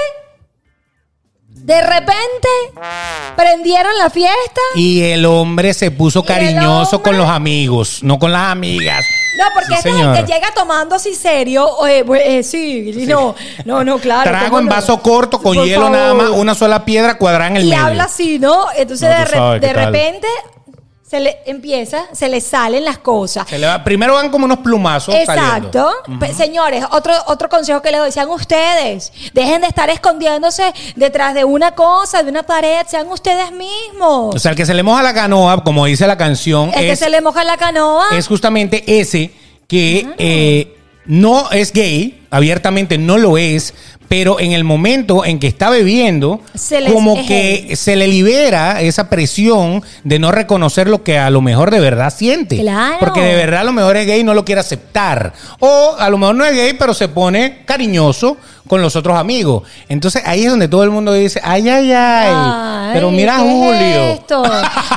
de repente, prendieron la fiesta.
Y el hombre se puso
el
cariñoso
hombre-
con los amigos, no con las amigas.
No, porque
Sí,
este
señor.
es el que llega tomando así serio. o, eh, bu- eh, sí, no, no, no, claro.
Trago
¿cómo
en
no?
vaso corto con
Por
hielo nada
favor.
más, una sola piedra cuadrada en el
y
medio.
habla así, ¿no? Entonces
No,
de,
tú
re-
sabes qué
de
tal.
repente se le empieza, se le salen las cosas.
Se le va- primero van como unos plumazos saliendo.
Exacto. Pe- Señores, otro, otro consejo que les doy, sean ustedes. Dejen de estar escondiéndose detrás de una cosa, de una pared, sean ustedes mismos.
O sea, el que se le moja la canoa, como dice la canción,
el que
es,
se le moja la canoa.
es justamente ese que eh, no es gay, abiertamente no lo es, pero en el momento en que está bebiendo,
Se les-
como
es
que
gay.
se le libera esa presión de no reconocer lo que a lo mejor de verdad siente.
Claro.
Porque de verdad a lo mejor es gay y no lo quiere aceptar. O a lo mejor no es gay, pero se pone cariñoso con los otros amigos. Entonces ahí es donde todo el mundo dice, ay, ay, ay, pero mira a
¿qué es
Julio.
esto?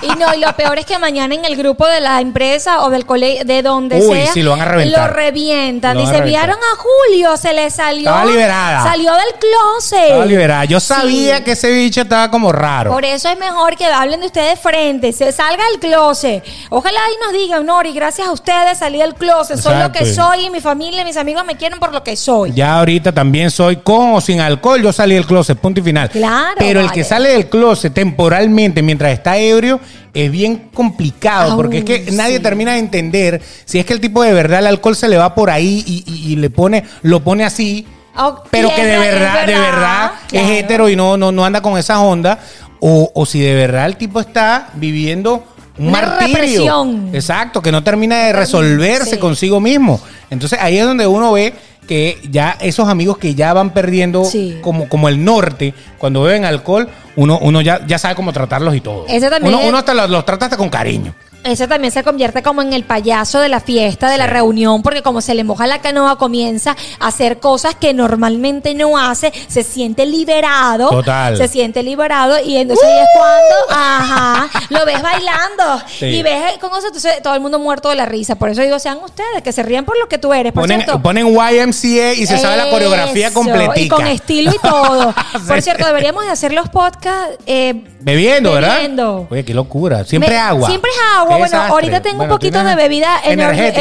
Y no, y lo peor es que mañana en el grupo de la empresa o del colegio, de donde
Uy,
sea,
sí, lo van a reventar.
lo revientan.
Lo van a
Dice,
reventar.
vieron a Julio, se le salió.
Estaba liberada.
Salió del closet.
Estaba liberada. Yo sabía
Sí.
que ese bicho estaba como raro.
Por eso es mejor que hablen de ustedes de frente, se salga del closet. Ojalá ahí nos digan, Nori, gracias a ustedes salí del closet, soy lo
Exacto.
que soy y mi familia y mis amigos me quieren por lo que soy.
Ya ahorita también soy con o sin alcohol, yo salí del closet, punto y final.
Claro,
Pero el
vale.
que sale del closet temporalmente mientras está ebrio es bien complicado,
Au,
porque es que
sí.
nadie termina de entender si es que el tipo de verdad el alcohol se le va por ahí y, y- y le pone, lo pone así.
Au,
Pero
y
que
es
de
ver- es
verdad, de
verdad,
verdad
claro.
es este hetero y no, no, no anda con esas ondas. O, o si de verdad el tipo está viviendo un
Una
martirio.
represión.
Exacto, que no termina de resolverse
Sí.
consigo mismo. Entonces ahí es donde uno ve que ya esos amigos que ya van perdiendo
Sí.
como, como el norte, cuando beben alcohol, uno, uno ya, ya sabe cómo tratarlos y todo.
Ese también
uno,
es-
uno hasta los, los trata hasta con cariño.
Ese también se convierte como en el payaso de la fiesta, de la reunión, porque como se le moja la canoa, comienza a hacer cosas que normalmente no hace, se siente liberado.
Total. ¡Uh!
Se siente liberado y entonces ahí es cuando, ajá, lo ves bailando
Sí.
y ves eh, con eso, entonces todo el mundo muerto de la risa. Por eso digo, sean ustedes, que se ríen por lo que tú eres, por
Ponen,
cierto.
ponen YMCA y se sabe la coreografía
Eso,
completica.
Y con estilo y todo. Por
Sí.
cierto, deberíamos de hacer los podcasts eh,
Bebiendo, ¿verdad?
Bebiendo.
Oye, qué locura. Siempre
Me-
agua.
Siempre es agua.
Qué
Bueno,
desastre.
ahorita tengo
Bueno,
un poquito de
tienes
bebida enorme- energética.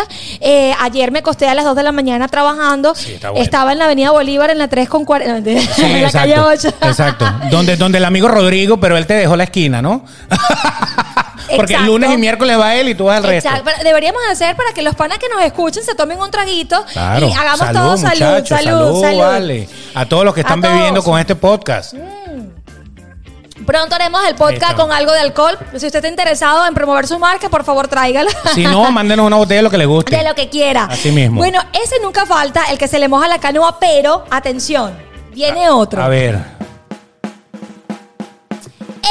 energética.
Eh, ayer me acosté a las 2 de la mañana trabajando.
Sí, está bueno.
Estaba en la Avenida Bolívar en la 3 con 40. en
Sí,
la
exacto,
calle 8.
Exacto. Donde, donde el amigo Rodrigo, pero él te dejó la esquina, ¿no? Porque el
Exacto.
lunes y miércoles va él y tú vas al resto.
Exacto. Pero Deberíamos hacer para que los panas que nos escuchen se tomen un traguito
Claro.
y hagamos
Salud,
todo salud,
muchachos,
salud, salud.
vale. A todos los que
A
están
todos.
bebiendo con este podcast.
Pronto haremos el podcast
Listo.
con algo de alcohol. Si usted está interesado en promover su marca, por favor, tráigala.
Si no, mándenos una botella de lo que les guste.
De lo que quiera.
Así mismo.
Bueno, ese nunca falta, el que se le moja la canoa, pero atención, viene otro.
A ver.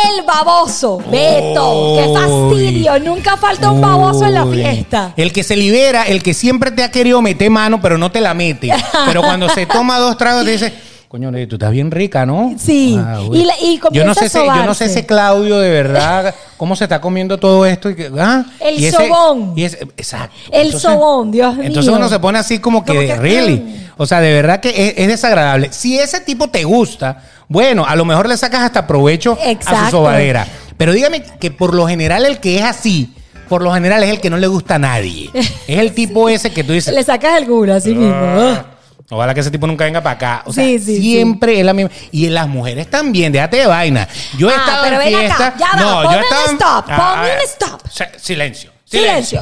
El baboso. Beto, qué
Uy.
fastidio. Nunca falta un baboso en la
Uy.
fiesta.
El que se libera, el que siempre te ha querido meter mano, pero no te la mete. Pero cuando se toma dos tragos, te dice. Coño, Nelly, tú estás bien rica, ¿no?
Sí.
güey.
Y la- y
yo no
comienza
sé
a
si, yo no
sobarse.
sé ese Claudio de verdad cómo se está comiendo todo esto y que, ah,
El
y ese-
sobón.
y ese- exacto.
El sobón, Dios
Entonces
mío.
uno se pone así como que,
Como que,
really.
mm.
O sea, de verdad que es, es desagradable. Si ese tipo te gusta, bueno, a lo mejor le sacas hasta provecho a
Exacto.
su sobadera. Pero dígame que por lo general el que es así, por lo general es el que no le gusta a nadie. Es el tipo ese que tú dices.
Le sacas el culo así
Ah.
mismo. Ah.
Ojalá que ese tipo nunca venga para acá. O sea,
Sí, sí,
siempre es la misma. Y en las mujeres también, déjate de vaina. Yo he
Ah,
estado en
pero ven acá,
fiesta.
ya va, ponme un
en-
stop,
Ah,
ponme
ah,
un stop.
se- Silencio. Silencio.
Silencio.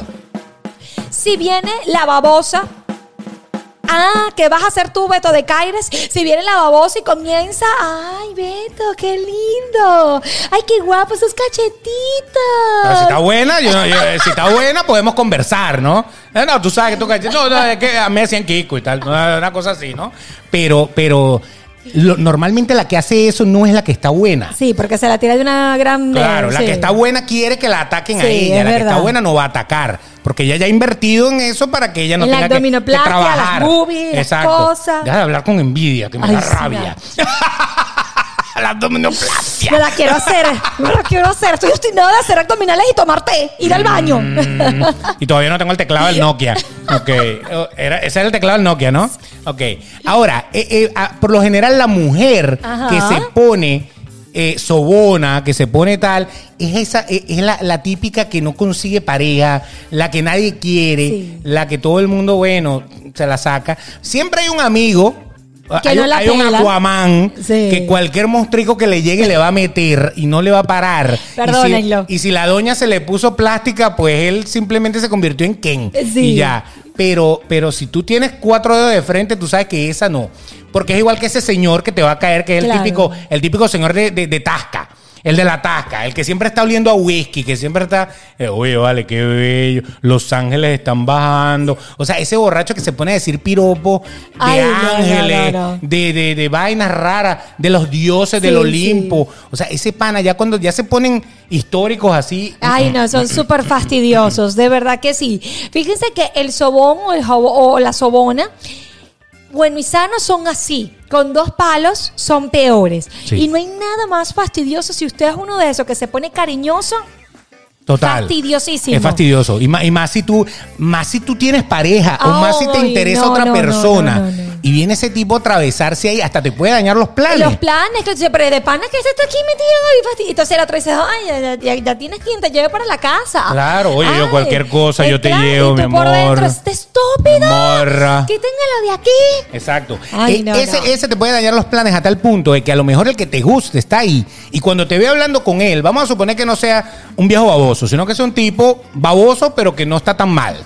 Si viene la babosa. Ah, ¿qué vas a hacer tú, Beto de Caires? Si viene la babosa y comienza. ¡Ay, Beto, qué lindo! ¡Ay, qué guapo esos cachetitos!
Pero si está buena, yo no- yo- si está buena, podemos conversar, ¿no? Eh, No, tú sabes que tú cachas- No, no, es que a mí me hacían Kiko y tal. Una una cosa así, ¿no? Pero, pero lo- normalmente la que hace eso no es la que está buena.
Sí, porque se la tira de una gran.
Claro, la
sí.
que está buena quiere que la ataquen a
Sí,
ella.
es
La que
verdad.
está buena no va a atacar. Porque ella ya ha invertido en eso para que ella no
En la
tenga que- que,
abdominoplastia, las
trabajar.
boobies, las cosas.
Deja de hablar con envidia, que me
Ay,
da
sí,
rabia. la abdominoplastia.
Me la quiero hacer, me la quiero hacer. Estoy obstinada de hacer abdominales y tomar té, ir al baño.
Mm, y todavía no tengo el teclado del Nokia. Ok. Oh, era- ese era el teclado del Nokia, ¿no? Ok. Ahora, eh, eh, ah, por lo general la mujer
Ajá.
que se pone eh, sobona, que se pone tal, es esa, eh, es la, la típica que no consigue pareja, la que nadie quiere,
Sí.
la que todo el mundo, bueno, se la saca. Siempre hay un amigo. ah,
Que
hay,
no
un-
la
hay un
pela.
Aquaman
Sí.
que cualquier monstrico que le llegue le va a meter y no le va a parar. Y si-
Perdónenlo.
y si la doña se le puso plástica, pues él simplemente se convirtió en Ken.
Eh, Sí.
Y ya. Pero, pero si tú tienes cuatro dedos de frente, tú sabes que esa no. Porque es igual que ese señor que te va a caer, que es
Claro.
el típico, el típico señor de, de- de Tasca. El de la tasca, el que siempre está oliendo a whisky, que siempre está, eh, oye, vale, qué bello, Los Ángeles están bajando. O sea, ese borracho que se pone a decir piropo de
Ay, no, no,
ángeles,
no, no.
De, de- de vainas raras, de los dioses del
Sí,
Olimpo. O sea, ese pana, ya cuando ya se ponen históricos así,
Ay, no, son súper fastidiosos, de verdad que sí. Fíjense que el sobón o, el jobo- o la sobona, bueno y sano son así. Con dos palos son peores.
Sí.
Y no hay nada más fastidioso si usted es uno de esos que se pone cariñoso.
total.
Fastidiosísimo.
Es fastidioso. Y más, y más si tú, más si tú tienes pareja, o más si te
Ay,
interesa
no,
otra
no, no,
persona.
no, no, no.
Y viene ese tipo a atravesarse ahí, hasta te puede dañar los planes.
Los planes, que dice, pero de pana que está aquí metida en la fasti-". Entonces la otra dice, ay, ya, ya- ya tienes quien te lleve para la casa.
Claro, oye, yo
Ay,
cualquier cosa, yo te
claro,
llevo,
y tú
mi
por
amor.
dentro, este esta estúpida.
Morra.
Quítenmelo de aquí.
Exacto.
Ay,
Eh,
no,
ese,
no.
ese te puede dañar los planes a tal punto de que a lo mejor el que te guste está ahí. Y cuando te veo hablando con él, vamos a suponer que no sea un viejo baboso, sino que sea un tipo baboso, pero que no está tan mal.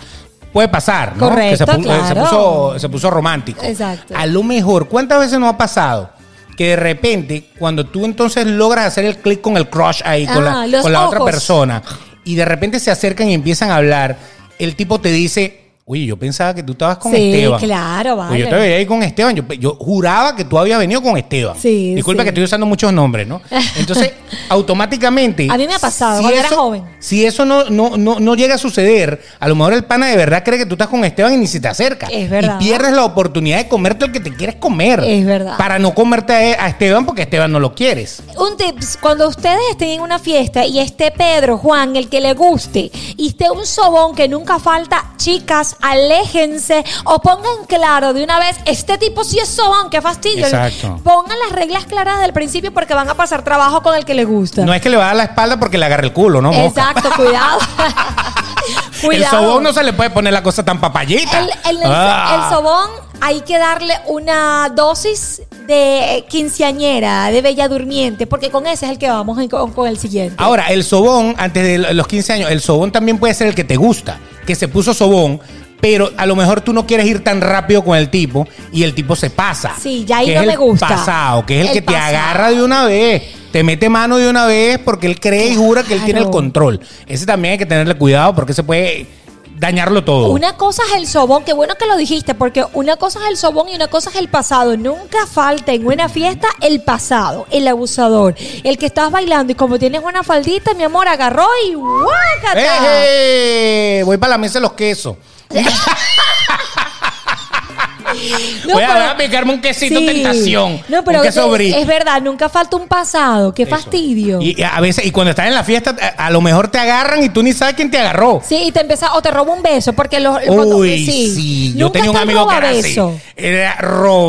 Puede pasar, ¿no?
Correcto,
que se pu-
claro.
se puso, se puso romántico.
Exacto.
A lo mejor, ¿cuántas veces nos ha pasado? Que de repente, cuando tú entonces logras hacer el clic con el crush ahí, con
Ah,
la,
los
con la otra
ojos.
persona, y de repente se acercan y empiezan a hablar, el tipo te dice, oye, yo pensaba que tú estabas con
Sí,
Esteban.
claro, vale.
Pues yo te veía ahí con Esteban. Yo, yo juraba que tú habías venido con Esteban.
Sí,
Disculpa
sí.
que estoy usando muchos nombres, ¿no? Entonces, automáticamente.
A mí me ha pasado cuando era
eso-
joven.
Si eso no, no, no, no llega a suceder, a lo mejor el pana de verdad cree que tú estás con Esteban y ni se te acerca.
Es verdad.
Y pierdes la oportunidad de comerte el que te quieres comer.
Es verdad.
Para no comerte a, a Esteban porque a Esteban no lo quieres.
Un tips, cuando ustedes estén en una fiesta y esté Pedro, Juan, el que le guste, y esté un sobón que nunca falta, chicas, aléjense o pongan claro de una vez, este tipo sí es sobón, qué fastidio.
Exacto.
Pongan las reglas claras del principio porque van a pasar trabajo con el que le gusta.
No es que le va a dar la espalda porque le agarre el culo, ¿no? Moca?
Exacto, cuidado.
El sobón no se le puede poner la cosa tan papayita.
El, el- el-
Ah.
el sobón hay que darle una dosis de quinceañera, de bella durmiente, porque con ese es el que vamos en- con, con el siguiente.
Ahora, el sobón, antes de los 15 años, el sobón también puede ser el que te gusta, que se puso sobón, pero a lo mejor tú no quieres ir tan rápido con el tipo y el tipo se pasa.
Sí, ya ahí
que
no
es el
me gusta.
Pasado, que es el,
El
que
pasado.
te agarra de una vez, te mete mano de una vez porque él cree y jura que él tiene el
Claro.
control. Ese también hay que tenerle cuidado porque se puede dañarlo todo.
Una cosa es el sobón, qué bueno que lo dijiste, porque una cosa es el sobón y una cosa es el pasado. Nunca falta en una fiesta el pasado, el abusador, el que estás bailando y como tienes una faldita, mi amor, agarró y ¡guácata!
Eh, ¡Eje! Voy para la mesa de los quesos.
No,
eh. Voy a,
pero-
voy a picarme un quesito
Sí.
tentación.
No, pero
un
es,
queso brie.
es verdad, nunca falta un pasado, qué
Eso.
fastidio.
Y a veces, y cuando estás en la fiesta, eh, a, a lo mejor te agarran y tú ni sabes quién te agarró.
Sí, y te empieza, o te roba un beso, porque los. cuando-
Uy, sí. Yo
eh, Nunca
tenía un
está el
amigo que era
robabeso.
así. Era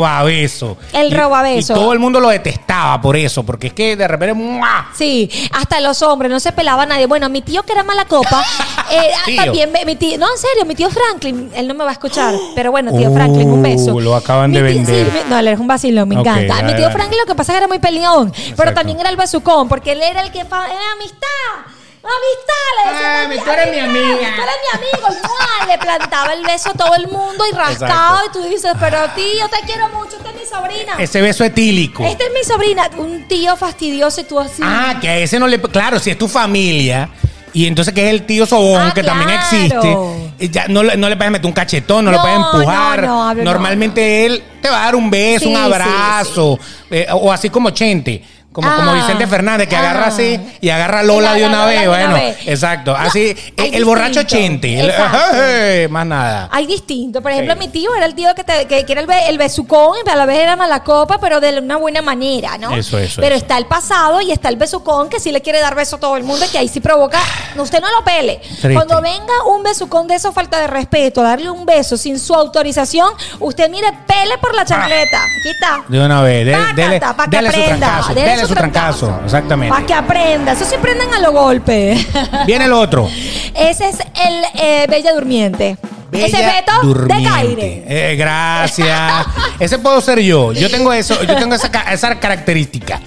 robabeso.
El
Y-
robabeso.
Y todo el mundo lo detestaba por eso, porque es que de repente. ¡mua!
Sí, hasta los hombres, no se pelaba a nadie. Bueno, mi tío que era mala copa, era
Tío.
también me- mi tío, no, en serio, mi tío Franklin, él no me va a escuchar, pero bueno, tío Franklin, un beso.
Uh, lo acaban
Mi
de
tío-
vender.
sí, mi- no, él era un vacilón, me
Ok,
encanta. Mi
dale,
tío
dale.
Franklin lo que pasa es que era muy peleón, pero
Exacto.
también era el besucón, porque él era el que fa- era amistad. Amistad, le decía,
Mami, tú eres Ah, mi amiga.
Tú eres mi amigo, y ¡mua! le plantaba el beso a todo el mundo y rascado.
Exacto.
Y tú dices, pero tío, te quiero mucho, esta es mi sobrina.
Ese beso etílico.
Esta es mi sobrina, un tío fastidioso y tú así.
Ah, que a ese no le. Claro, si es tu familia. Y entonces que es el tío sobón,
Ah,
que también
claro.
existe. eh, Ya no, le- no le puedes meter un cachetón, no, lo
No,
puedes empujar.
no, no, hablo-
Normalmente él te va a dar un beso,
Sí,
un
sí,
abrazo. eh, o así como Chente. Como, como
Ah,
Vicente Fernández, que agarra
ah.
así y agarra a Lola
La-
de
la
una
Lola
vez.
de una
Bueno,
vez.
exacto.
No,
Así,
hay
el, el borracho
distinto.
Chente. el-
Exacto.
ey, más nada.
Hay distinto. Por ejemplo,
Sí.
mi tío era el tío que, te- que- que era el, be- el besucón y a la vez era mala copa, pero de una buena manera, ¿no?
Eso, eso,
Pero
eso.
está el pasado y está el besucón que sí le quiere dar beso a todo el mundo y que ahí sí provoca. no, Usted no lo pele.
Triste.
Cuando venga un besucón de eso, falta de respeto, darle un beso sin su autorización, usted mire, pele por la chancleta. Aquí está.
De una vez. Ah. de-
Pácata,
dele
pa' que
dele su
aprenda,
trancazo.
dele
Dele
su
su trancazo.
trancazo.
Exactamente.
Para que aprenda. Eso sí prenden a los golpes.
Viene el otro.
Ese es el eh, Bella Durmiente. Ese
Bella
feto de
durmiente.
Caire.
Eh, gracias. Ese puedo ser yo. Yo tengo eso, yo tengo esa, ca- esa característica.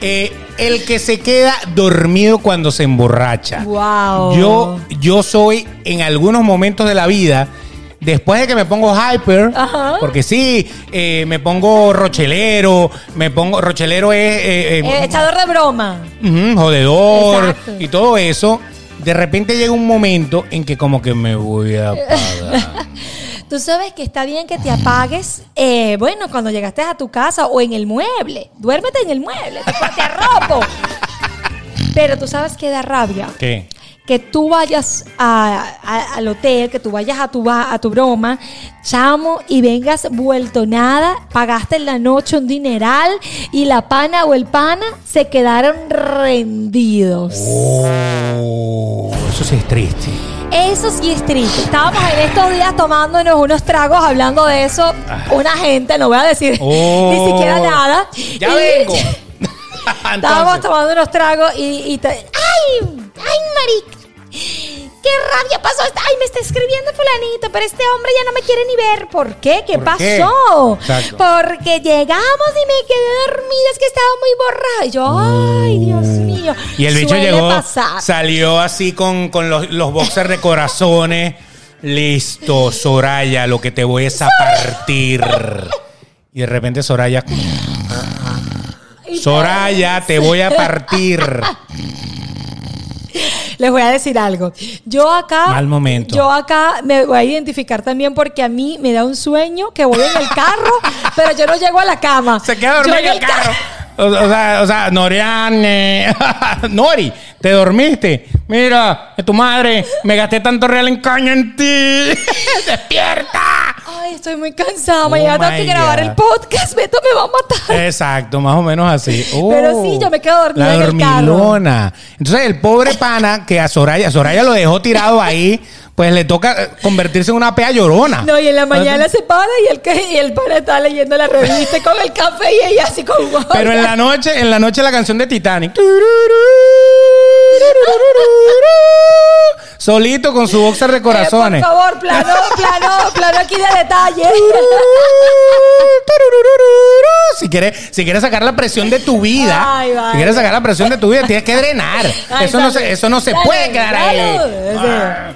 Eh, el que se queda dormido cuando se emborracha.
Guau.
Yo, yo soy en algunos momentos de la vida. Después de que me pongo hyper,
Ajá.
porque sí, eh, me pongo rochelero, me pongo. Rochelero es. eh, eh,
Eh, echador de broma.
Ujú, jodedor
Exacto.
y todo eso. De repente llega un momento en que, como que me voy a apagar.
Tú sabes que está bien que te apagues, eh, bueno, cuando llegaste a tu casa o en el mueble. Duérmete en el mueble, te, te arropo. Pero tú sabes que da rabia.
¿Qué?
que tú vayas a- a- al hotel, que tú vayas a tu, ba- a tu broma, chamo, y vengas vuelto nada, pagaste en la noche un dineral y la pana o el pana se quedaron rendidos.
Oh, eso Oh, sí es triste.
Eso sí es triste. Estábamos en estos días tomándonos unos tragos hablando de eso. Una gente, no voy a decir
Ah. Oh.
ni siquiera nada.
Ya
Y-
vengo.
Estábamos
Entonces,
tomando unos tragos y, y te- ¡Ay! ¡Ay, marica! ¡Qué rabia pasó! esta- ¡Ay, me está escribiendo fulanito! Pero este hombre ya no me quiere ni ver. ¿Por qué? ¿Qué
¿Por qué?
pasó?
Exacto.
Porque llegamos y me quedé dormida. Es que estaba muy borrada. Y yo, ¡ay, Dios mío!
Mm. y el bicho
Suele
llegó,
pasar.
salió así con, con los, los boxers de corazones. Listo, Soraya, lo que te voy es a partir. Y de repente Soraya,
Y
Soraya, te voy a partir.
Les voy a decir algo. Yo acá.
Mal momento.
Yo acá me voy a identificar también porque a mí me da un sueño que voy en el carro, pero yo no llego a la cama.
Se queda dormido
Yo
en el carro. O, o sea, o sea, Noriane. Nori, te dormiste. Mira, tu madre, me gasté tanto real en caña en ti. ¡Despierta!
Ay, estoy muy cansada.
Oh
Mañana tengo que
my
grabar
God. Eh.
el podcast. Beto me va a matar.
Exacto, más o menos así. Oh,
Pero sí, yo me quedo dormida
La
en el carro.
dormilona. Entonces, el pobre pana que a Soraya, Soraya lo dejó tirado ahí, pues le toca eh, convertirse en una pea llorona.
No, y en la mañana se para y el, que- y el pana está leyendo la revista con el café y ella así con
Pero en la noche, en la noche la canción de Titanic. Solito con su boxer de corazones.
Eh, por favor, plano, plano, plano aquí de detalle.
Uh, Si quieres, si quieres sacar la presión de tu vida,
Ay, vale.
si quieres sacar la presión de tu vida, tienes que drenar.
Ay,
eso, no
salud.
se, eso no se
Salud,
puede quedar ahí.
salud.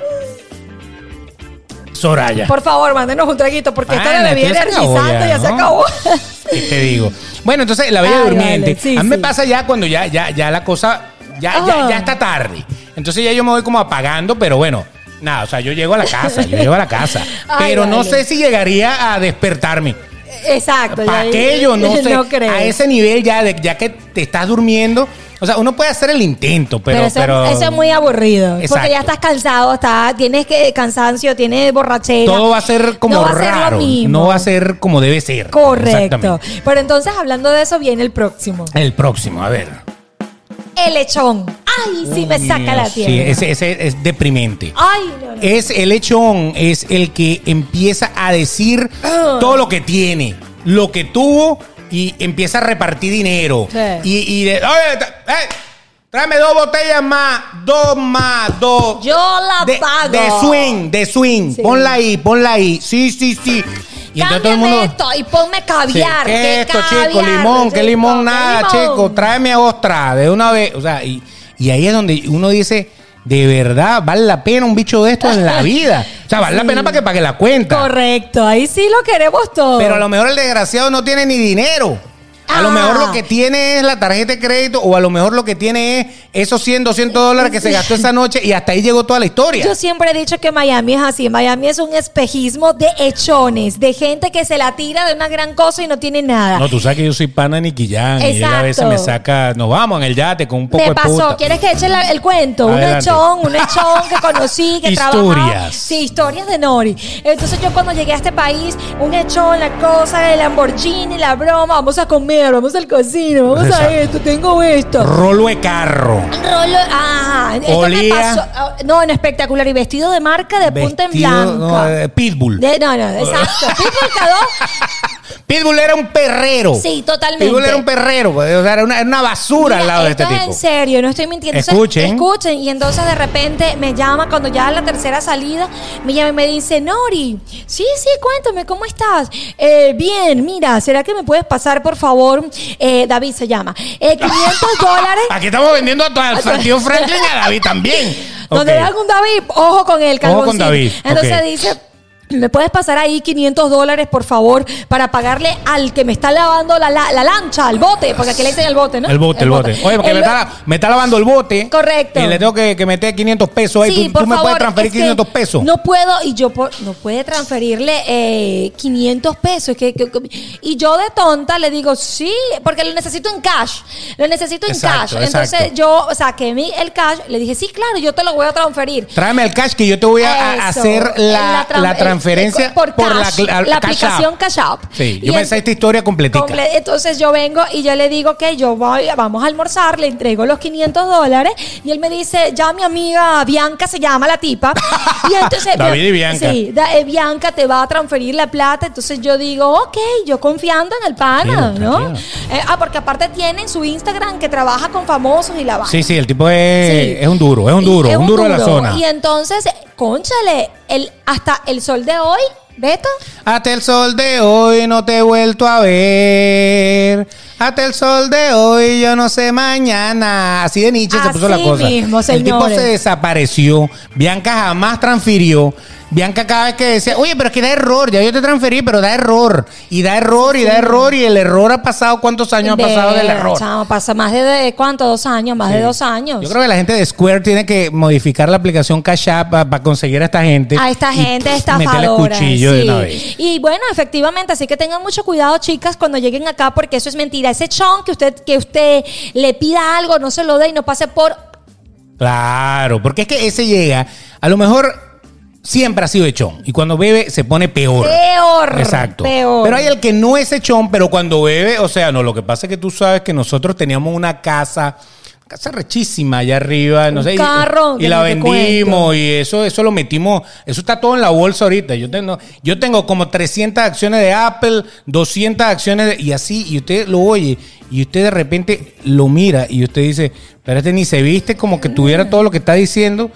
Soraya.
Por favor, mándenos un traguito porque esto
Ana,
me
esto
viene
ya se acabó
energizando,
ya,
ya se
¿no?
acabó.
¿Qué te digo? Bueno, entonces la bella
Ay,
durmiente.
vale, sí,
a mí me
sí.
pasa ya cuando ya, ya, ya la cosa, ya, ya,
Ah.
ya está tarde. Entonces ya yo me voy como apagando, pero bueno, nada, o sea, yo llego a la casa, yo llego a la casa.
Ay,
pero no
vale.
sé si llegaría a despertarme.
Exacto.
Para
ya-
aquello, no sé.
No creo.
A ese nivel ya, de, ya que te estás durmiendo. O sea, uno puede hacer el intento, pero.
Pero, eso, eso es muy aburrido.
Exacto.
Porque ya estás cansado, está, tienes que cansancio, tienes borrachera.
Todo va a ser como
No va a ser lo
raro.
mismo.
No va a ser como debe ser.
Correcto.
Exactamente.
Pero entonces, hablando de eso, viene el próximo.
El próximo, a ver.
El lechón. Ay, sí me saca la
Sí,
tierra.
ese, Eh, ese es deprimente.
Ay, no, no.
Es el lechón, es el que empieza a decir
Ah.
todo lo que tiene, lo que tuvo y empieza a repartir dinero.
Sí.
Y, y de, "Oye, tra- eh, tráeme dos botellas más, dos más, dos.
Yo la
de,
pago.
De swing, de swing.
Sí.
Ponla ahí, ponla ahí. Sí, sí, sí. Y entonces todo el
Cámbiame
mundo.
esto y ponme
Sí,
caviar.
¿qué
que
es esto,
caviar,
chico? Limón, ¿qué limón?
¿qué
Nada,
limón?
chico. Tráeme otra de una vez. O sea, y, y ahí es donde uno dice, de verdad, vale la pena un bicho de esto en la vida. O sea, vale la pena para que, para que la cuenta.
Correcto, ahí sí lo queremos todo.
Pero a lo mejor el desgraciado no tiene ni dinero. A lo
Ah.
mejor lo que tiene es la tarjeta de crédito o a lo mejor lo que tiene es esos 100, 200 dólares que se gastó esa noche y hasta ahí llegó toda la historia.
Yo siempre he dicho que Miami es así. Miami es un espejismo de hechones, de gente que se la tira de una gran cosa y no tiene nada.
tú sabes que yo soy pana de Nicky Jam
Exacto.
saca, nos vamos en el yate con un
Me pasó, ¿quieres que eche la- el cuento? Un
Adelante.
lechón, un lechón que conocí, que trabajaba.
Historias.
Sí, historias de Nori. Entonces yo cuando llegué a este país, un lechón, la cosa, el Lamborghini, la broma, vamos a comer, vamos al casino, vamos
Exacto.
a esto, tengo esto.
Rolo de carro.
Rolo, ajá, esto me
Olía.
pasó. ah, No, no, espectacular. Y vestido de marca de punta en
Vestido,
blanco.
no, eh, pitbull.
De- no, no, exacto. Pitbull K2,
Pitbull era un perrero.
Sí, totalmente.
Pitbull era un perrero, pues, o sea, era una, era una basura
Mira,
al lado de
esto
este
es
tipo.
en serio, no estoy mintiendo. Entonces,
Escuchen.
escuchen. Y entonces de repente me llama cuando ya la tercera salida, me llama y me dice, Nori, sí, sí, cuéntame, ¿cómo estás? Eh, bien, mira, ¿será que me puedes pasar, por favor? Eh, David se llama. Eh, 500 dólares.
Aquí estamos vendiendo a todo al tío Franklin y a David también.
Donde
Ok.
hay algún David, ojo con el
Ojo
carboncito.
con David,
Entonces
ok.
dice, ¿me puedes pasar ahí 500 dólares, por favor, para pagarle al que me está lavando la, la- la lancha, al bote? Porque aquí le dicen el bote, ¿no?
El bote, el bote. Oye, porque me
El bo-
está, me está lavando el bote.
Correcto.
Y le tengo que, que meter 500 pesos ahí.
Sí,
¿Tú,
por
tú me
favor,
puedes transferir
es que
500 pesos?
No puedo, y yo por- no puede transferirle eh, 500 pesos. Que, que- que- y yo de tonta le digo, sí, porque lo necesito en cash. Lo necesito en
Exacto,
cash. Entonces
exacto.
yo saqué mi, el cash, le dije, sí, claro, yo te lo voy a transferir.
Tráeme el cash que yo te voy a- a,
Eso,
hacer la,
la tran-
la
el
transferencia
por, Cash,
cla- Cash
la aplicación
App.
Cash App.
Sí,
Y
yo me sé
en-
esta historia completica.
Comple- Entonces yo vengo y yo le digo que yo voy, vamos a almorzar, le entrego los 500 dólares y él me dice, ya mi amiga Bianca se llama la tipa. Y entonces,
David y Bianca.
Sí, da- eh, Bianca te va a transferir la plata. Entonces yo digo, ok, yo confiando en el pana,
Tranquilo,
¿no?
tranquilo.
Eh, ah, porque aparte tienen su Instagram que trabaja con famosos y la va.
sí, sí, el tipo es,
Sí.
es un duro, es un duro,
Y-
un duro de la zona.
Y entonces, conchale, el, hasta el sol de hoy, Beto.
Hasta el sol de hoy no te he vuelto a ver. Hasta el sol de hoy yo no sé mañana. Así de Nietzsche se
Así
puso la cosa.
mismo,
el tipo
señores.
se desapareció. Bianca jamás transfirió. Bianca cada vez que decía, oye, pero es que da error, ya yo te transferí, pero da error. Y da error, y da error, y el error ha pasado, ¿cuántos años ha pasado del
Ver,
error?
chamo, pasa más de, de- cuánto, dos años, más de dos años.
Yo creo que la gente de Square tiene que modificar la aplicación Cash App para conseguir a esta gente.
a esta
y,
gente
pff,
estafadora.
meterle cuchillo de
sí.
una vez.
Y bueno, efectivamente, así que tengan mucho cuidado, chicas, cuando lleguen acá, porque eso es mentira. Ese chon que usted, que usted le pida algo, no se lo dé y no pase por.
Claro, porque es que ese llega, a lo mejor siempre ha sido echón y cuando bebe se pone peor.
Peor,
Exacto.
peor.
Pero hay el que no es echón, pero cuando bebe, o sea, no, lo que pasa es que tú sabes que nosotros teníamos una casa casa rechísima allá arriba, no
Un
sé, y-
carro
y,
que
la
ni te
vendimos
cuento.
y eso eso lo metimos, eso está todo en la bolsa ahorita. Yo tengo yo tengo como 300 acciones de Apple, 200 acciones de- y así y usted lo oye y usted de repente lo mira y usted dice, pero este ni se viste como que tuviera todo lo que está diciendo.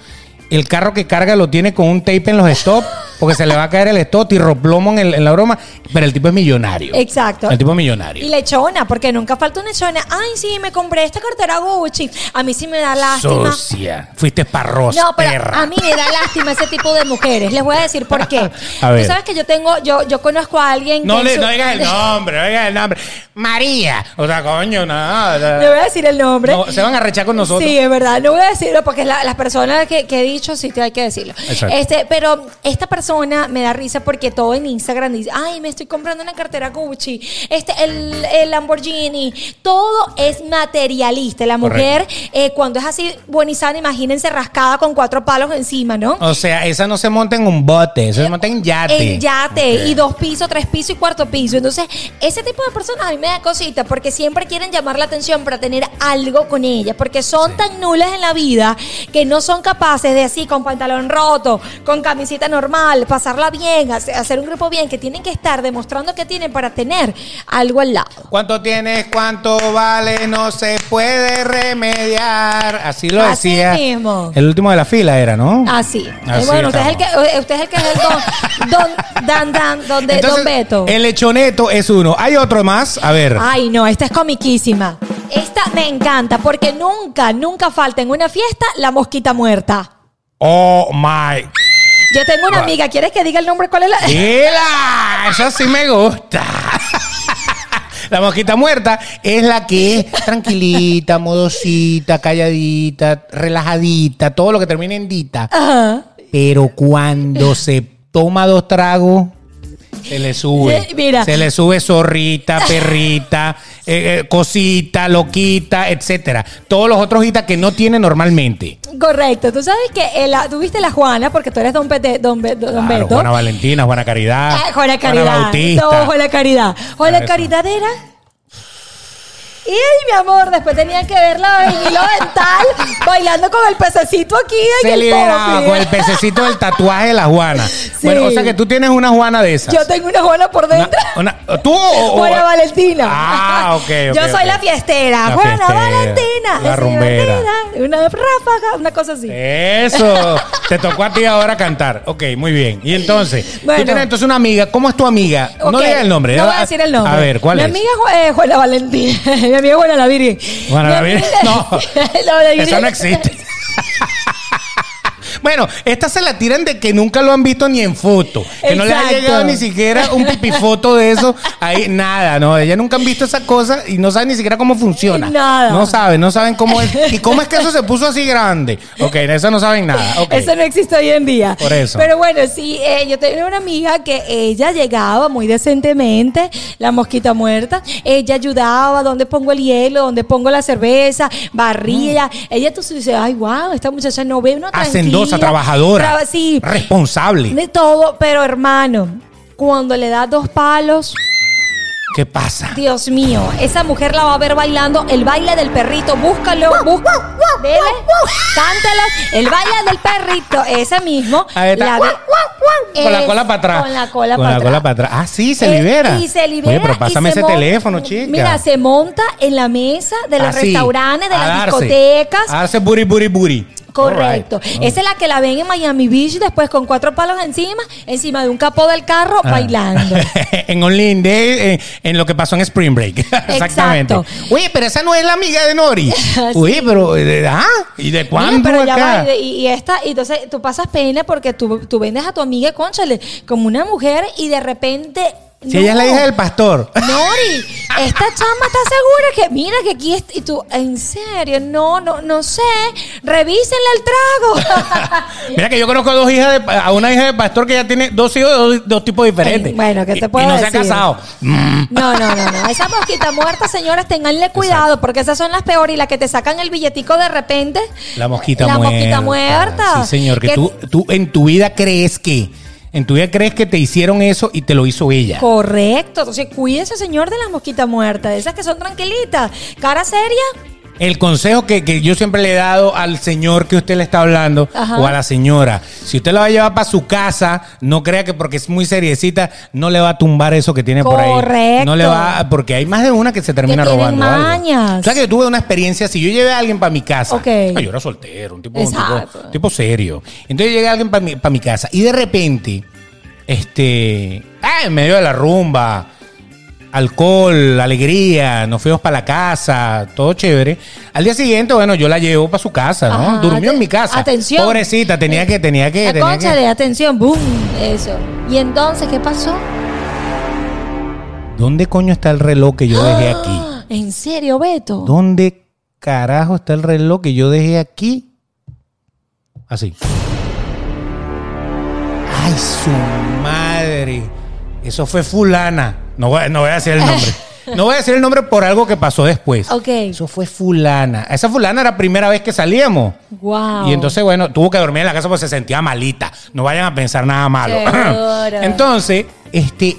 El carro que carga lo tiene con un tape en los stop porque se le va a caer el stop y en, el- en la broma, pero el tipo es millonario.
Exacto.
El tipo es millonario.
Y lechona, porque nunca falta una lechona. Ay, sí, me compré esta cartera Gucci. A mí sí me da lástima.
Socia, fuiste parrosa.
No, pero
perra.
a mí me da lástima ese tipo de mujeres. Les voy a decir por qué.
A ver.
Tú sabes que yo tengo, yo, yo conozco a alguien que.
No,
en
le,
su-
no digas el nombre, no digas el nombre. María. O sea, coño, nada.
Le voy a decir el nombre.
No, se van a rechar con nosotros.
Sí, es verdad. No voy a decirlo porque la- las personas que, que he dicho sí te hay que decirlo.
Exacto.
Este, pero esta persona me da risa porque todo en Instagram dice, ay, me estoy comprando una cartera Gucci, este, el, el Lamborghini. Todo es materialista. La mujer, eh, cuando es así bonizada, imagínense rascada con cuatro palos encima, ¿no?
O sea, esa no se monta en un bote, esa se monta en yate.
En yate
Ok.
y dos pisos, tres pisos y cuarto piso. Entonces, ese tipo de personas a mí me da cosita porque siempre quieren llamar la atención para tener algo con ella, porque son tan nulas en la vida que no son capaces de así, con pantalón roto, con camisita normal, pasarla bien, hace- hacer un grupo bien, que tienen que estar demostrando que tienen para tener algo al lado.
¿Cuánto tienes? ¿Cuánto vale? No se puede remediar. Así lo
Así
decía.
mismo.
El último de la fila era, ¿no?
Así.
Así
Eh, bueno, usted es, el que,
estamos.
eh, usted es el que es el don, don, dan, dan, don, de-
Entonces,
don Beto.
El lechoneto es uno. Hay otro más. A ver.
Ay, no, esta es comiquísima. Esta me encanta porque nunca, nunca falta en una fiesta la mosquita muerta.
Oh my.
Yo tengo una
Va.
amiga, ¿quieres que diga el nombre cuál es la?
¡Ela! Eso sí me gusta. La mosquita muerta es la que es tranquilita, modosita, calladita, relajadita, todo lo que termina en dita.
Ajá.
Pero cuando se toma dos tragos, se le sube.
Sí, Eh, mira.
Se le sube zorrita, perrita, eh, eh, cosita, loquita, etcétera. Todos los otros hitas que no tiene normalmente.
Correcto. Tú sabes que eh, la- tuviste la Juana porque tú eres don, Pete- don, Be- don
Claro,
Beto.
Juana Valentina, Juana Caridad,
Ah, Juana Caridad.
Bautista.
No, Juana Caridad. Juana
Eso.
Caridad era. Y ay, mi amor, después tenía que verla en hilo dental bailando con el pececito aquí en
se
el
liberaba
popi.
con el pececito del tatuaje de la Juana. Bueno, o sea que tú tienes una Juana de esas.
Yo tengo una Juana por
Una-
dentro.
una- ¿Tú o, o-
Juana Valentina.
Ah, ok, ok,
Yo soy
ok.
la fiestera.
La
Juana
fiestera,
Valentina.
la
es
rumbera. Eh,
divertida, Una ráfaga, una cosa así.
Eso. Te tocó a ti ahora cantar. Ok, muy bien. Y entonces,
Bueno.
tú tienes entonces una amiga. ¿Cómo es tu amiga? No
Ok,
digas el nombre. eh,
No voy a decir el nombre.
A ver, ¿cuál
mi
es?
Amiga, Ju- eh, Juana Valentina. mi amiga Juana la Virgen.
Juana
Mi
la Virgen.
amiga-
No.
la Virgen.
Esa no existe. Bueno, esta se la tiran de que nunca lo han visto ni en foto. Que no les ha
Exacto.
llegado ni siquiera un pipifoto de eso. Ahí, nada, no. Ellas nunca han visto esa cosa y no saben ni siquiera cómo funciona.
Nada.
No saben, no saben cómo es. ¿Y cómo es que eso se puso así grande? Ok, de eso no saben nada. ok.
Eso no existe hoy en día.
Por eso.
Pero bueno, sí, eh, yo tenía una amiga que ella llegaba muy decentemente, la mosquita muerta. Ella ayudaba, dónde pongo el hielo, dónde pongo la cerveza, barría. Ella tú dices, ay, wow, esta muchacha no ve, no tranquila.
Mm. Hacendosa, esposa trabajadora,
traba- sí.
responsable.
De todo, pero hermano, cuando le da dos palos,
¿Qué pasa?
Dios mío, esa mujer la va a ver bailando el baile del perrito. Búscalo, búscalo. Dele, cántalo. El baile del perrito, ese mismo.
Ahí está.
ve-
Con la
Es-
cola para atrás.
Con la cola para atrás.
para atrás. Ah, sí, se
Eh,
libera.
Y se libera.
Oye, pero
y
pásame
se
ese
mon-
teléfono, chica.
Mira, se monta en la mesa de los
Así,
restaurantes, de
a
las
darse,
discotecas.
A darse buri, buri, buri.
Correcto. eh,
All right.
Esa es la que la ven en Miami Beach después con cuatro palos encima, encima de un capó del carro,
Ah.
bailando.
en Only in Day, en, en lo que pasó en Spring Break. Exactamente.
Exacto.
Oye, pero esa no es la amiga de Nori. Oye, pero. eh, ah, ¿y de cuándo?
Mira, pero ya
acá?
va, y, y- y esta, y entonces tú pasas pena porque tú, tú vendes a tu amiga, conchale, como una mujer y de repente.
Si ella es la hija del pastor.
Nori, esta chama está segura que mira que aquí es y tú en serio, no, no, no sé, revísenle el trago.
Mira que yo conozco a dos hijas de, pa- a una hija de pastor que ya tiene dos hijos de dos, dos tipos diferentes.
Ay, bueno, ¿qué te
Y-
puedo
Y no se
decir?
ha casado. Mm.
No, no, no, no. Esas mosquitas muertas, señoras, tenganle cuidado, porque esas son las peores y las que te sacan el billetico de repente.
La mosquita
La
muerta.
mosquita muerta.
Sí, señor, que, tú, tú en tu vida crees que. En tu vida crees que te hicieron eso y te lo hizo ella.
Correcto. Entonces, cuídese, señor, de las mosquitas muertas, de esas que son tranquilitas. Cara seria,
El consejo que, que yo siempre le he dado al señor que usted le está hablando
Ajá.
o a la señora, si usted la va a llevar para su casa, no crea que porque es muy seriecita, no le va a tumbar eso que tiene por ahí.
Correcto.
No le va, porque hay más de una que se termina
Que tienen
robando. algo.
mañas.
O sea que yo tuve una experiencia, si yo llevé a alguien para mi casa,
Ok.
Ay, yo era soltero, un tipo, un
Exacto.
tipo, tipo serio. Entonces llega alguien para mi, pa' mi casa y de repente, este, ah, en medio de la rumba, alcohol, alegría, nos fuimos para la casa, todo chévere. Al día siguiente, bueno, yo la llevo para su casa, ¿no?
Ajá,
Durmió en
aten-
mi casa.
Atención.
Pobrecita, tenía
Eh,
que, tenía que,
La
tenía que-
concha de atención, boom, eso. Y entonces, ¿qué pasó?
¿Dónde coño está el reloj que yo dejé aquí?
Ah, ¿En serio, Beto?
¿Dónde carajo está el reloj que yo dejé aquí? Así. Ay, su madre. Eso fue fulana. No voy, no voy a decir el nombre. No voy a decir el nombre por algo que pasó después.
Ok.
Eso fue fulana. Esa fulana era la primera vez que salíamos.
Wow.
Y entonces, bueno, tuvo que dormir en la casa porque se sentía malita. No vayan a pensar nada malo.
Seguro.
entonces, este,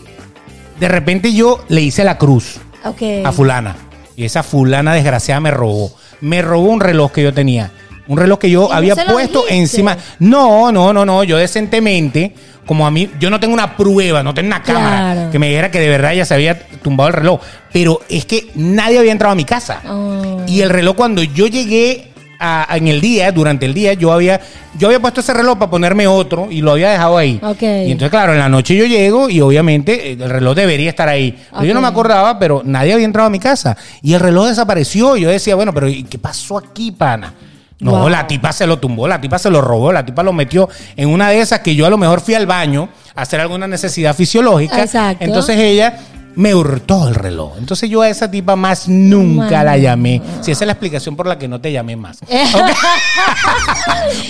de repente yo le hice la cruz
Ok.
a fulana. Y esa fulana desgraciada me robó. Me robó un reloj que yo tenía. Un reloj que
Y
yo
no
había
se lo
puesto
dijiste.
encima. No, no, no, no. Yo decentemente, como a mí, yo no tengo una prueba, no tengo una cámara
Claro.
que me dijera que de verdad ella se había tumbado el reloj. Pero es que nadie había entrado a mi casa.
Oh.
Y el reloj, cuando yo llegué a- a- en el día, durante el día, yo había, yo había puesto ese reloj para ponerme otro y lo había dejado ahí.
Ok.
Y entonces, claro, en la noche yo llego y obviamente eh, el reloj debería estar ahí. Pero Yo no
Ok.
me acordaba, pero nadie había entrado a mi casa. Y el reloj desapareció. Yo decía, bueno, pero ¿y qué pasó aquí, pana? No,
Wow.
la tipa se lo tumbó, la tipa se lo robó, la tipa lo metió en una de esas que yo a lo mejor fui al baño a hacer alguna necesidad fisiológica.
Exacto.
Entonces ella me hurtó el reloj. Entonces yo a esa tipa más nunca la llamé. Si esa es la explicación por la que no te llamé más.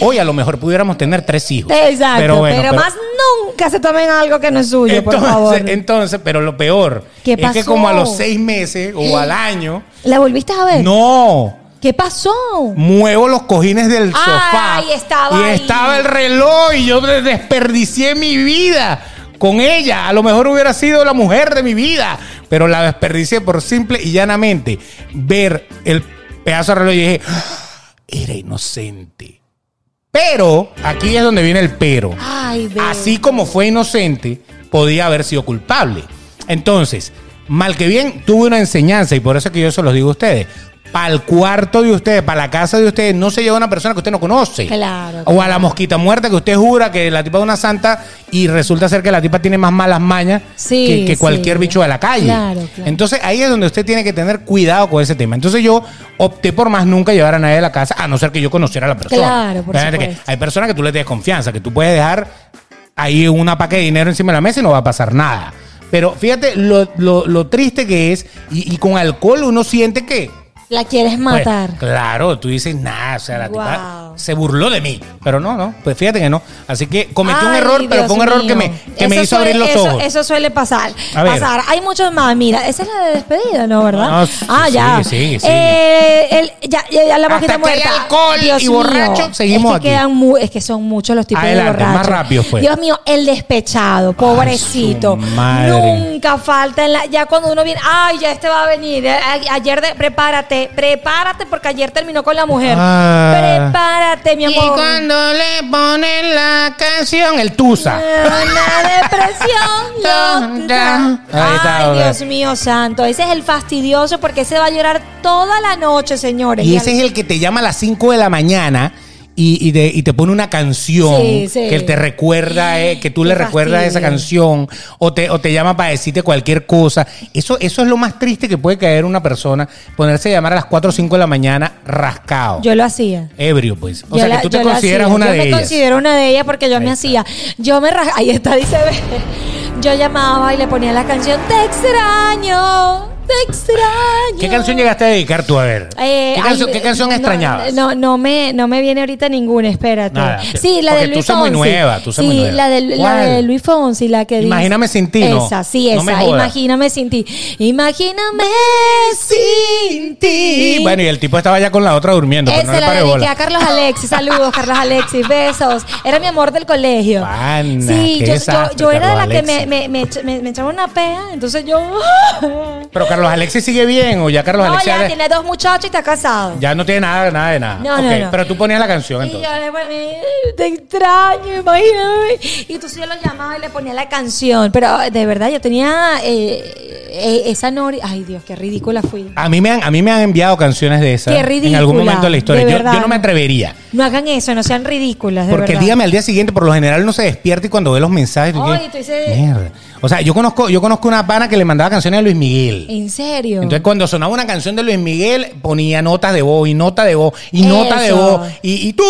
Hoy a lo mejor pudiéramos tener tres hijos.
Exacto. Pero,
bueno,
más nunca se tomen algo que no es suyo, por
entonces,
favor.
entonces, pero lo peor
¿Qué
es que
pasó?
como a los seis meses o al año,
¿La volviste a ver?
no,
¿Qué pasó?
muevo los cojines del
Ay,
sofá
estaba
y
ahí.
estaba el reloj y yo de- desperdicié mi vida con ella. A lo mejor hubiera sido la mujer de mi vida, pero la desperdicié por simple y llanamente ver el pedazo de reloj y dije, "Ah, era inocente. Pero, aquí es donde viene el pero.
Ay, Beto.
Así como fue inocente, podía haber sido culpable. Entonces, mal que bien, tuve una enseñanza y por eso es que yo se los digo a ustedes. Para el cuarto de ustedes, para la casa de ustedes, no se lleva una persona que usted no conoce.
Claro,
O a la mosquita muerta que usted jura que la tipa es una santa y resulta ser que la tipa tiene más malas mañas
Sí,
que, que
sí.
cualquier bicho de la calle.
Claro, claro.
Entonces ahí es donde usted tiene que tener cuidado con ese tema. Entonces yo opté por más nunca llevar a nadie a la casa, a no ser que yo conociera a la persona.
Claro, por
Fíjate que
supuesto.
hay personas que tú le tienes confianza, que tú puedes dejar ahí una paca de dinero encima de la mesa y no va a pasar nada. Pero fíjate lo, lo- lo triste que es, y, y con alcohol uno siente que
La quieres
Pues,
matar.
claro, tú dices nada, o sea, la tipa
Wow.
se burló de mí. Pero no, no, pues fíjate que no. Así que cometí un
Ay,
error, pero
Dios
fue un error que
mío.
me, que me
Eso
hizo
suele-
abrir los
eso-
ojos.
Eso suele pasar.
A ver.
Pasar. Hay muchos más. Mira, esa es la de despedida, ¿no? ¿Verdad?
No, sí,
ah,
sí,
ya.
sí, sí.
Eh, el- ya, ya, ya la
Hasta
mosquita
que haya
muerta.
alcohol y borracho, seguimos
es que
aquí.
quedan mu- es que son muchos los tipos de
Adelante,
borrachos.
más rápido, pues.
Dios mío, el despechado, pobrecito.
su madre.
Nunca falta. en la- ya cuando uno viene, ay, ya este va a venir. eh, a- Ayer, de- prepárate, prepárate, porque ayer terminó con la mujer.
Ah.
Prepárate, mi
Y
amor.
cuando le ponen la canción, el Tusa.
Una depresión loca.
Ahí está,
Ay,
bebé.
Dios mío santo. Ese es el fastidioso porque ese va a llorar toda la noche, señores.
Y
Y
ese
al-
es el que te llama a las 5 de la mañana y, y de- y te pone una canción
Sí, sí.
que te recuerda, eh, que tú
Qué
le recuerdas esa
fastidio.
canción o te, o te llama para decirte cualquier cosa. Eso, eso es lo más triste que puede caer una persona, ponerse a llamar a las 4 o 5 de la mañana rascado.
Yo lo hacía.
ebrio, pues. O
Yo
sea,
la-
que tú te
yo la
consideras
hacía.
una
Yo
de
me
ellas.
considero una de ellas porque yo
Ahí
me
está.
hacía. Yo me raj- Ahí está, dice ve. Yo llamaba y le ponía la canción Te extraño, te extraño.
¿Qué canción llegaste a dedicar tú a ver?
Eh,
¿Qué,
ay,
canción, qué canción
no,
extrañabas?
No, no me, no me viene ahorita ninguna, espérate.
Nada,
sí, la
porque
de
tú
Luis
sos muy
Fonsi.
nueva, tú sos
sí,
muy nueva.
La, de, la
¿Cuál?
de Luis Fonsi, la que dice-
Imagíname sin ti, ¿no?
Esa, sí,
No me
esa.
jodas.
Imagíname sin ti. Imagíname sin ti.
Y bueno, y el tipo estaba ya con la otra durmiendo,
Él
pero no
se
le
la
paré
dediqué a
bola.
Carlos Alexis. Saludos, Carlos Alexis. Besos. Era mi amor del colegio.
Pana,
sí,
qué
yo, yo,
desastre,
yo era de la
Carlos
que me,
Alexis.
me, me, echa- me- me echaba una pea, entonces yo.
Pero Carlos Alexis sigue bien, o ya Carlos
no,
Alexis
ya tiene dos muchachos y está casado.
ya no tiene nada, nada de nada.
No,
Ok,
no, no.
Pero tú ponías la canción
Y yo
entonces.
le ponía, te extraño, imagíname. Y tú sí lo llamabas y le ponía la canción. Pero ah, de verdad, yo tenía eh, eh, esa Nori. Ay, Dios, qué ridícula fui.
A mí, me han, a mí me han enviado canciones de esas
Qué ridícula,
en algún momento de la historia.
de
Yo-
verdad.
yo no me atrevería.
No hagan eso, no sean ridículas, de
Porque
verdad.
dígame al día siguiente, por lo general no se despierta y cuando ve los mensajes. tú
Ay,
dices,
tú dices-
"Mierda". O sea, yo conozco, yo conozco una pana que le mandaba canciones a Luis Miguel.
En serio.
Entonces, cuando sonaba una canción de Luis Miguel, ponía notas de voz y nota de voz y nota de
Eso.
voz. Y, y tú,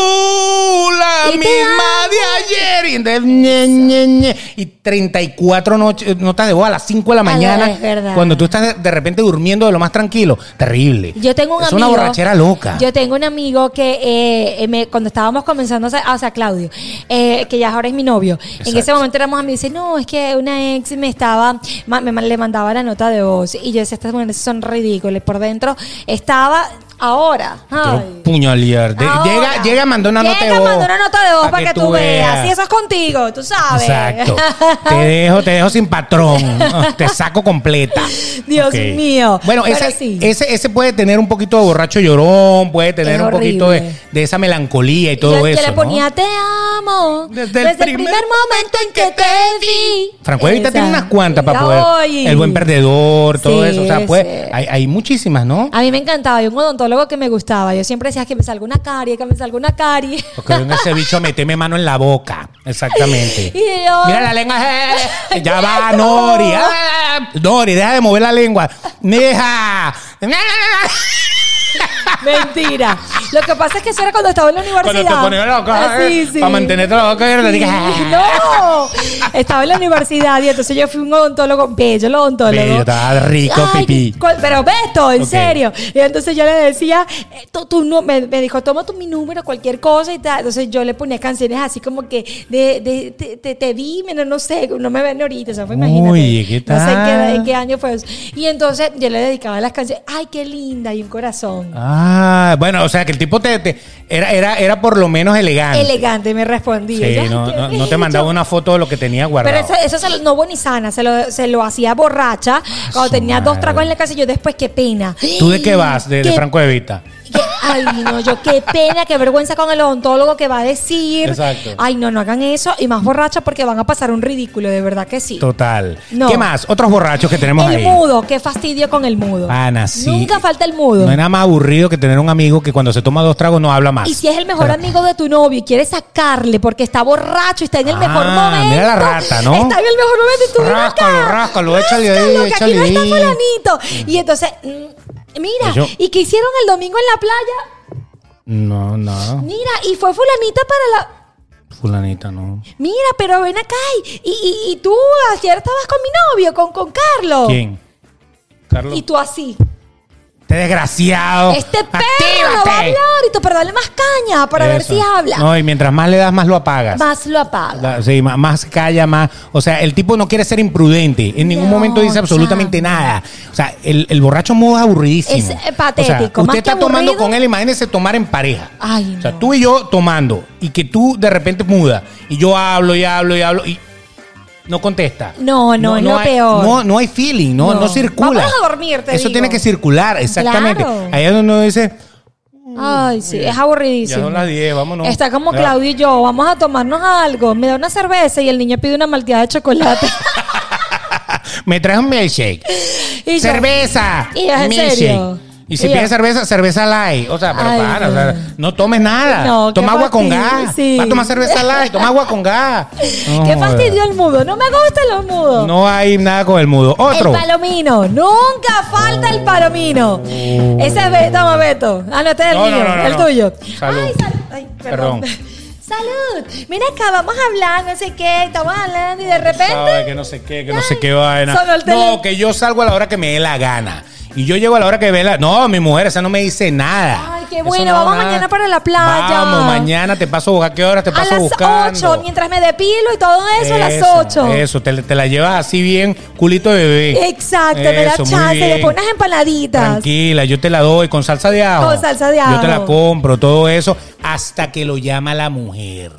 la
Y te
misma de ayer. Y entonces, ñe, ñe, ñe. y 34 noche- notas de voz a las 5 de la
la-
mañana.
Ah, es verdad.
Cuando tú estás de, de repente durmiendo de lo más tranquilo. Terrible.
Yo tengo un
es una
amigo.
borrachera loca.
Yo tengo un amigo que eh, eh, me- cuando estábamos comenzando, a sa- ah, o sea, Claudio, eh, que ya ahora es mi novio. En
Exacto.
ese momento éramos amigos. Dice, no, es que una ex me estaba, ma- me, ma- le mandaba la nota de voz. Y yo decía, estas mujeres son ridículas. Por dentro estaba ahora.
Quiero
Ay.
puñalear. De-
Ahora.
llega, llega, mandó una nota de
Llega,
voz.
mandó una nota de voz para que, tú veas. Y eso es contigo, tú sabes.
Exacto. te dejo, te dejo sin patrón. te saco completa.
Dios
Ok.
mío.
Bueno,
Pero
ese,
sí.
ese, ese puede tener un poquito de borracho llorón, puede tener
Es
un poquito de,
horrible.
de esa melancolía y todo
yo, yo
eso.
le
¿no?
ponía te amo desde, el primer, momento en que te vi.
Franco Evita
Esa.
tiene unas cuantas para poder.
Ay.
El buen perdedor, todo
Sí,
eso. O sea, pues,
sí. Ah.
hay, hay muchísimas, ¿no?
A mí me encantaba, había un odontólogo que me gustaba. Yo siempre decía que me salga una carie, que me salga una carie.
Porque venga ese bicho a meterme mano en la boca. Exactamente.
Y yo-
Mira la lengua. eh, Ya va, Nori. Ah, Nori, deja de mover la lengua. Deja.
Mentira. Lo que pasa es que eso era cuando estaba en la universidad.
Cuando te pones la boca.
Ah, sí, sí.
Para mantenerte la boca abierta. "Ah".
Sí, No, estaba en la universidad y entonces yo fui un odontólogo, bello el odontólogo.
Bello, estaba rico, pipí.
cu- Pero Beto, en
Ok.
serio. Y entonces yo le decía, eh, tú, tú no- me, me dijo, toma tu, mi número, cualquier cosa y tal. Entonces yo le ponía canciones así como que de, de- te, te- te vi, men- no sé, no me ven ahorita, o sea, fue, imagínate.
Uy, ¿qué
No sé en
tal?
qué, en qué año fue eso. Y entonces yo le dedicaba las canciones, ay, qué linda, y un corazón.
Ah, bueno, o sea, que el tipo te, te- era, era, era por lo menos elegante.
Elegante me respondía.
Sí,
Yo, ay,
no,
qué
no, no te
bello.
mandaba una foto de lo que tenía guardado.
Pero eso, eso se lo- no bonizana, se lo, se lo hacía borracha. Cuando
su
tenía dos
madre.
tragos en la casa, y yo después, qué pena.
¿Tú de qué vas? De, de
Qué-
Franco Evita.
qué- ay, no, yo qué pena, qué vergüenza con el odontólogo que va a decir.
Exacto.
Ay, no, no hagan eso y más borracha porque van a pasar un ridículo, de verdad que sí.
Total.
No.
¿Qué más? Otros borrachos que tenemos
El
ahí.
mudo, qué fastidio con el mudo.
Pana, sí.
Nunca falta el mudo.
No hay nada más aburrido que tener un amigo que cuando se toma dos tragos no habla más.
Y si es el mejor amigo de tu novio y quieres sacarle porque está borracho y está en el
Ah,
mejor momento.
mira la rata, ¿no?
Está en el mejor momento y tú ven
Ráscalo,
acá.
ráscalo, échale ahí,
Ráscalo, que
échale
aquí no
ahí. Pues
está fulanito. Y entonces, mm, mira,
Yo-
¿y qué hicieron el domingo en la playa?
No, no.
Mira, y fue fulanita para la...
Fulanita, no.
Mira, pero ven acá y, y, y- y tú ayer estabas con mi novio, con, con Carlos.
¿Quién? Carlos.
Y tú así.
Este desgraciado.
Este perro no
¡Actívate!
va a hablar y tú, pero dale más caña para ver
Eso.
si habla.
No, y mientras más le das, más lo apagas.
Más lo apaga.
La- sí, ma- más calla, más. O sea, el tipo no quiere ser imprudente. En ningún
No,
momento dice
chamo.
absolutamente nada. O sea, el, el borracho modo es aburridísimo.
Es, eh, patético.
O sea,
Más
usted
que
está tomando
aburrido-
con él, imagínese tomar en pareja.
Ay,
o sea,
no.
tú y yo tomando. Y que tú de repente muda. Y yo hablo y hablo y hablo. Y no contesta.
No, no, es lo
hay-
peor.
No, no hay feeling, no,
No.
no, circula.
Vámonos a dormir, te
Eso
digo.
tiene que circular, exactamente.
Claro.
Ahí es donde uno dice.
Ay, sí, es
Ya
aburridísimo.
son las 10, vámonos.
Está como
Ya.
Claudio y yo, vamos a tomarnos algo. Me da una cerveza y el niño pide una malteada de chocolate.
Me traes un milkshake.
Y yo,
cerveza.
Y es en
milkshake.
serio.
Y si
Y
pides
yo-
cerveza, cerveza light. O sea, pero
Ay,
para, o
no.
sea, no tomes nada.
No, qué
toma agua con
fastidio,
gas.
sí.
Va a tomar cerveza light, toma agua con gas. No,
Qué fastidio el mudo. No me gustan los mudos.
No hay nada con el mudo. Otro.
El palomino. Nunca falta el palomino. Ese es Beto, toma Beto. Ah, no, este es el
No,
mío,
no, no, no,
el
no.
tuyo.
Salud.
Ay, sal- ay, perdón.
Perdón.
Salud. Mira acá, vamos a hablar, no sé qué, estamos hablando y de
Sabe
repente.
que no sé qué, que no sé qué vaina.
Sonó el teléfono.
No, que yo salgo a la hora que me dé la gana. Y yo llego a la hora que ve la. No, mi mujer, esa no me dice nada.
Ay, qué
Eso
bueno, vamos mañana para la playa.
Vamos, mañana te paso a buscar. ¿Qué hora te
A
paso
las
buscando?
8, mientras me depilo y todo eso, a las
Eso,
8.
Eso, te, te la llevas así bien, culito de bebé.
Exacto, me da
Eh, Eso, muy
chance, le
bien.
pones empanaditas.
Tranquila, yo te la doy con salsa de ajo.
Con salsa de ajo.
Yo te la compro, todo eso, hasta que lo llama la mujer.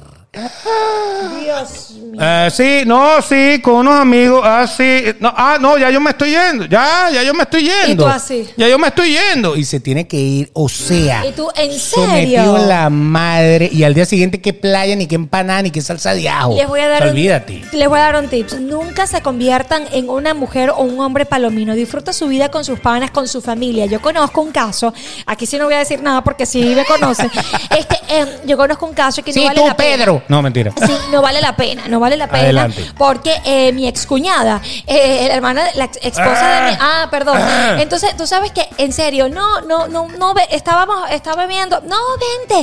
Dios mío.
Eh, sí, no, sí, con unos amigos, ah, sí. No, ah, no, ya yo me estoy yendo, ya, ya yo me estoy yendo.
tú así.
Ya yo me estoy yendo. Y se tiene que ir, o sea.
¿Y tú, en serio?
Sometió la madre y al día siguiente qué playa, ni qué empanada, ni qué salsa de ajo.
Les voy a dar
O sea,
un-
Olvídate.
les voy a dar un tips. Nunca se conviertan en una mujer o un hombre palomino. Disfruta su vida con sus panas, con su familia. Yo conozco un caso, aquí sí no voy a decir nada porque sí me conocen. Este, eh, yo conozco un caso que no
Sí,
vale
tú,
la pena.
Pedro. No, mentira.
Sí, no vale la pena, no vale la pena.
Adelante.
Porque eh, mi excuñada, eh, la hermana, la ex- esposa de mi. Ah, perdón. Entonces, tú sabes que, en serio, no, no, no, no, ve- estábamos, estaba bebiendo. No, vente,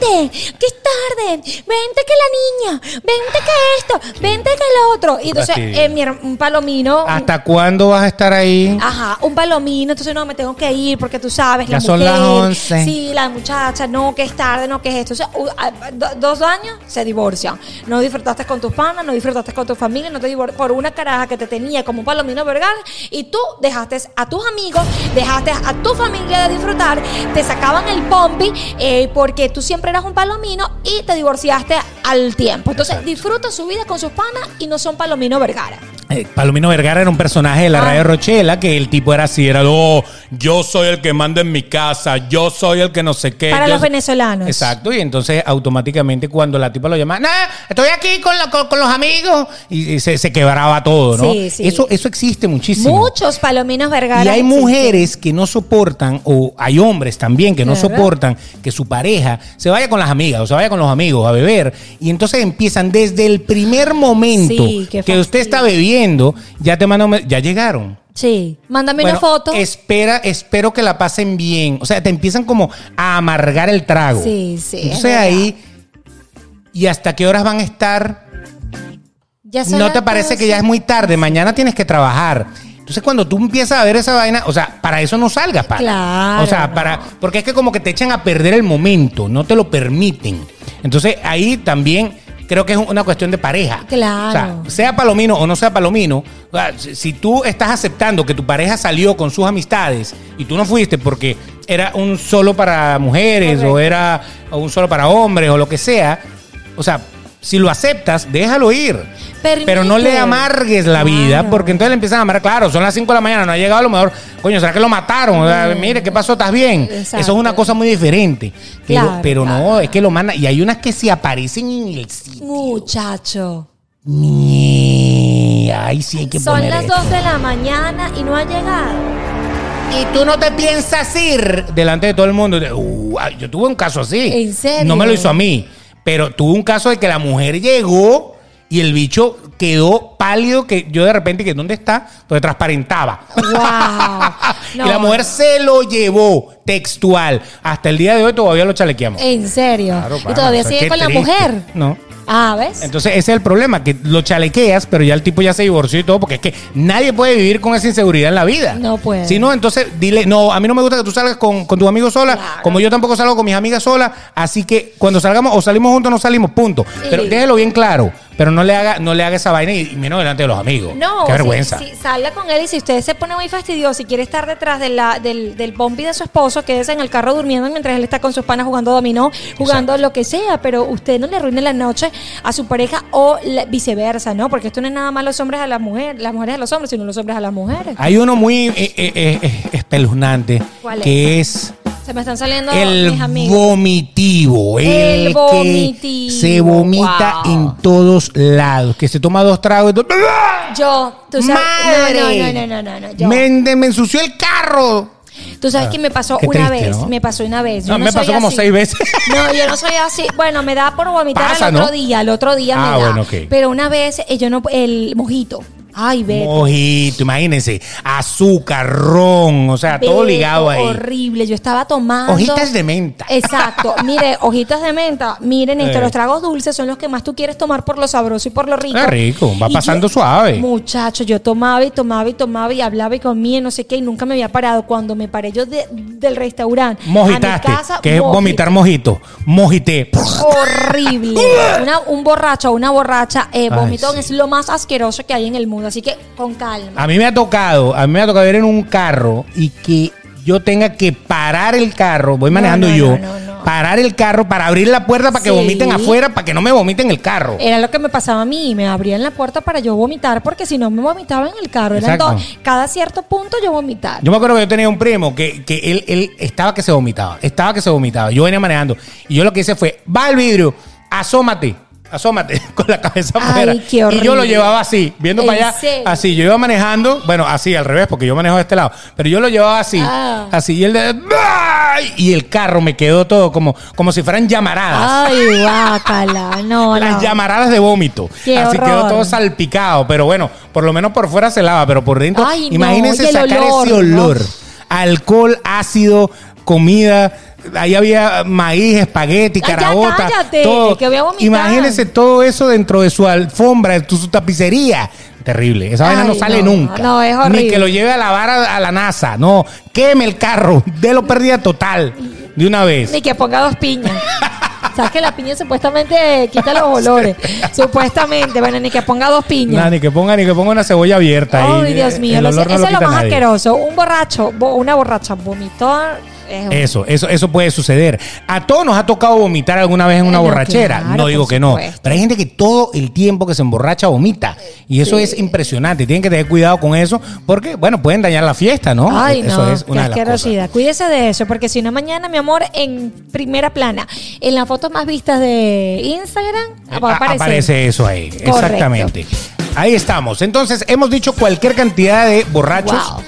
vente, que es tarde, vente que la niña, vente que esto, vente que lo otro. Y entonces,
Fastidio.
eh, mi her- un palomino. un-
¿Hasta cuándo vas a estar ahí?
Ajá, un palomino, entonces no, me tengo que ir porque tú sabes, la
Ya son
mujer,
las 11.
Sí, la muchacha, no, que es tarde, no, que es esto. O sea, u- a- do- dos años se divorcian. No disfrutaste con tus panas, no disfrutaste con tu familia, no te divor- por una caraja que te tenía como un palomino vergal y tú dejaste a tus amigos, dejaste a tu familia de disfrutar, te sacaban el pompi eh, porque tú siempre eras un palomino y te divorciaste al tiempo. Entonces, disfruta su vida con sus panas y no son palomino vergara.
Eh, Palomino Vergara era un personaje de la
Ah.
radio Rochela que el tipo era así, era, oh, yo soy el que manda en mi casa, yo soy el que no sé qué.
Para
yo
los
soy-".
venezolanos.
Exacto, y entonces automáticamente cuando la tipa lo llama, nah, estoy aquí con, la- con- con los amigos, y, y se, se quebraba todo, ¿no?
Sí, sí.
Eso, eso existe muchísimo.
Muchos palominos vergara.
Y hay
existen.
mujeres que no soportan, o hay hombres también que no
Claro.
soportan que su pareja se vaya con las amigas o se vaya con los amigos a beber. Y entonces empiezan desde el primer momento
Sí, qué
que usted
fastidio.
está bebiendo, ya te mandan, un- ya llegaron.
Sí. Mándame
Bueno,
una foto.
Espera, espero que la pasen bien. O sea, te empiezan como a amargar el trago.
Sí, sí, es
Entonces
verdad.
ahí, ¿y hasta qué horas van a estar?
Ya son
¿No
las
te parece que ya es
12.
muy tarde? Mañana tienes que trabajar. Entonces, cuando tú empiezas a ver esa vaina, o sea, para eso no salgas, para.
Claro,
O sea,
no.
para. Porque es que como que te echan a perder el momento, no te lo permiten. Entonces, ahí también creo que es una cuestión de pareja.
Claro.
O sea, sea palomino o no sea palomino, o sea, si si tú estás aceptando que tu pareja salió con sus amistades y tú no fuiste porque era un solo para mujeres
Correcto.
o era un solo para hombres o lo que sea, o sea, si lo aceptas, déjalo ir.
Permite.
Pero no le amargues la
Claro.
vida, porque entonces le empiezan a amargar. Claro, son las 5 de la mañana, no ha llegado a lo mejor. Coño, ¿será que lo mataron? O sea, mire, ¿qué pasó? ¿Estás bien?
Exacto.
Eso es una cosa muy diferente. Pero,
Claro,
pero
claro.
no, es que lo mandan. Y hay unas que se aparecen en el sitio.
Muchacho.
Mie, Ay, sí hay que
Son
poner
las
eso.
2 de la mañana y no ha llegado.
Y tú no te piensas ir delante de todo el mundo. Uh, ay, yo tuve un caso así.
¿En serio?
No me lo hizo a mí. Pero tuve un caso de que la mujer llegó y el bicho quedó pálido que yo de repente que ¿dónde está? Entonces transparentaba.
¡Wow!
y la mujer se lo llevó textual. Hasta el día de hoy todavía lo chalequeamos.
En serio.
Claro,
Eh, y
pana,
todavía
o sea,
sigue
qué
con la
triste.
mujer.
No.
Ah, ¿ves?
Entonces ese es el problema, que lo chalequeas, pero ya el tipo ya se divorció y todo, porque es que nadie puede vivir con esa inseguridad en la vida.
No puede.
Si no, entonces dile, no, a mí no me gusta que tú salgas con, con tus amigos sola,
Claro.
como yo tampoco salgo con mis amigas sola, así que cuando salgamos o salimos juntos no salimos, punto. Pero
Y-
déjelo bien claro, pero no le haga, no le haga esa vaina y, y menos delante de los amigos.
No,
Qué
si-
vergüenza.
Si, salga con él y si usted se pone muy fastidioso y quiere estar detrás de la, del, del bombi de su esposo, quédese en el carro durmiendo mientras él está con sus panas jugando dominó, jugando lo que sea, pero usted no le arruine la noche a su pareja o la- viceversa, ¿no? Porque esto no es nada más los hombres a las mujeres, las mujeres a los hombres, sino los hombres a las mujeres.
Hay uno muy eh, eh, eh, eh, espeluznante,
¿Cuál es?
que es
Se me están saliendo mis
el
amigos.
vomitivo, el,
El
que
vomitivo,
se vomita
wow.
en todos lados, que se toma dos tragos y todo-
Yo, tú sabes,
¡Madre!
no, no, no, no, no, no, no, yo.
Me, me ensució el carro.
Tú sabes que me pasó
Qué
una
triste,
vez,
¿no?
me pasó una vez. Yo
No, me
soy
pasó como
así.
seis veces.
No, yo no soy así. Bueno, me da por vomitar
Pasa,
al otro
¿no?
día, al otro día
Ah,
me da.
bueno, ok.
Pero una vez eh, yo no el mojito. Ay, Beto.
Mojito, imagínense, azúcar, ron, o sea, todo
Beto,
ligado ahí.
Horrible, yo estaba tomando.
Hojitas de menta.
Exacto, mire, hojitas de menta. Miren, entre
Eh.
los tragos dulces son los que más tú quieres tomar por lo sabroso y por lo rico.
Ah, rico, va
Y
pasando
yo-
suave.
Muchacho, yo tomaba y tomaba y tomaba y hablaba y comía y no sé qué y nunca me había parado. Cuando me paré yo de- del restaurante,
Mojitaste,
a mi casa,
que es
mojité.
vomitar mojito. Mojité.
horrible. Una- un borracho o una borracha, eh,
Ay,
vomitón
sí.
es lo más asqueroso que hay en el mundo. Así que con calma.
A mí me ha tocado, a mí me ha tocado ir en un carro y que yo tenga que parar el carro, voy
No,
manejando
no,
yo,
no, no, no.
parar el carro para abrir la puerta para que
Sí.
vomiten afuera, para que no me vomiten el carro.
Era lo que me pasaba a mí. Me abrían la puerta para yo vomitar porque si no me vomitaba en el carro. Eran
Exacto.
dos- cada cierto punto yo vomitar.
Yo me acuerdo que yo tenía un primo que, que él, él estaba que se vomitaba, estaba que se vomitaba. Yo venía manejando y yo lo que hice fue, va al vidrio, asómate, asómate con la cabeza
Ay,
afuera.
qué
y yo lo
horrible.
llevaba así, viendo
¿En
para allá,
serio?
así. Yo iba manejando, bueno, así al revés, porque yo manejo de este lado, pero yo lo llevaba así,
Ah.
así. Y él de- ¡Ay! y el carro me quedó todo como, como si fueran llamaradas.
Ay, guácala. No,
Las
no.
llamaradas de vómito.
Qué
Así quedó
horror.
todo salpicado. Pero bueno, por lo menos por fuera se lava, pero por dentro.
Ay, no,
imagínense
y el
sacar
olor,
ese olor.
¿no?
Alcohol, ácido, comida. Ahí había maíz, espagueti,
Ay, ya
carabota.
cállate,
todo.
que voy a vomitar.
Imagínense todo eso dentro de su alfombra, de tu- su tapicería. Terrible. Esa vaina
Ay,
no sale
no,
nunca.
no, es
Ni
horrible.
que lo lleve a lavar a, a la NASA. No, queme el carro. De lo pérdida total. De una vez.
Ni que ponga dos piñas. Sabes que la piña supuestamente quita los olores. supuestamente. Bueno, ni que ponga dos piñas.
Nah, ni que ponga, ni que ponga una cebolla abierta ahí.
Ay, Dios
El
mío, lo sé.
olor no
eso es lo
quita
más
nadie.
asqueroso. Un borracho, bo- una borracha vomitó. es un-
Eso, eso, eso puede suceder. A todos nos ha tocado vomitar alguna vez en una
Bueno,
borrachera.
claro,
no digo
por
que no.
supuesto.
Pero hay gente que todo el tiempo que se emborracha vomita. Y eso es impresionante. Tienen que tener cuidado con eso porque, bueno, pueden dañar la fiesta, ¿no?
Ay,
Oh, eso
no,
es una
qué
de las cosas.
asquerosidad. Cuídese de eso, porque si no, mañana, mi amor, en primera plana, en las fotos más vistas de Instagram,
Eh,
va a
a-
aparecer.
aparece eso ahí.
Correcto.
Exactamente. Ahí estamos. Entonces, hemos dicho cualquier cantidad de borrachos.
Wow.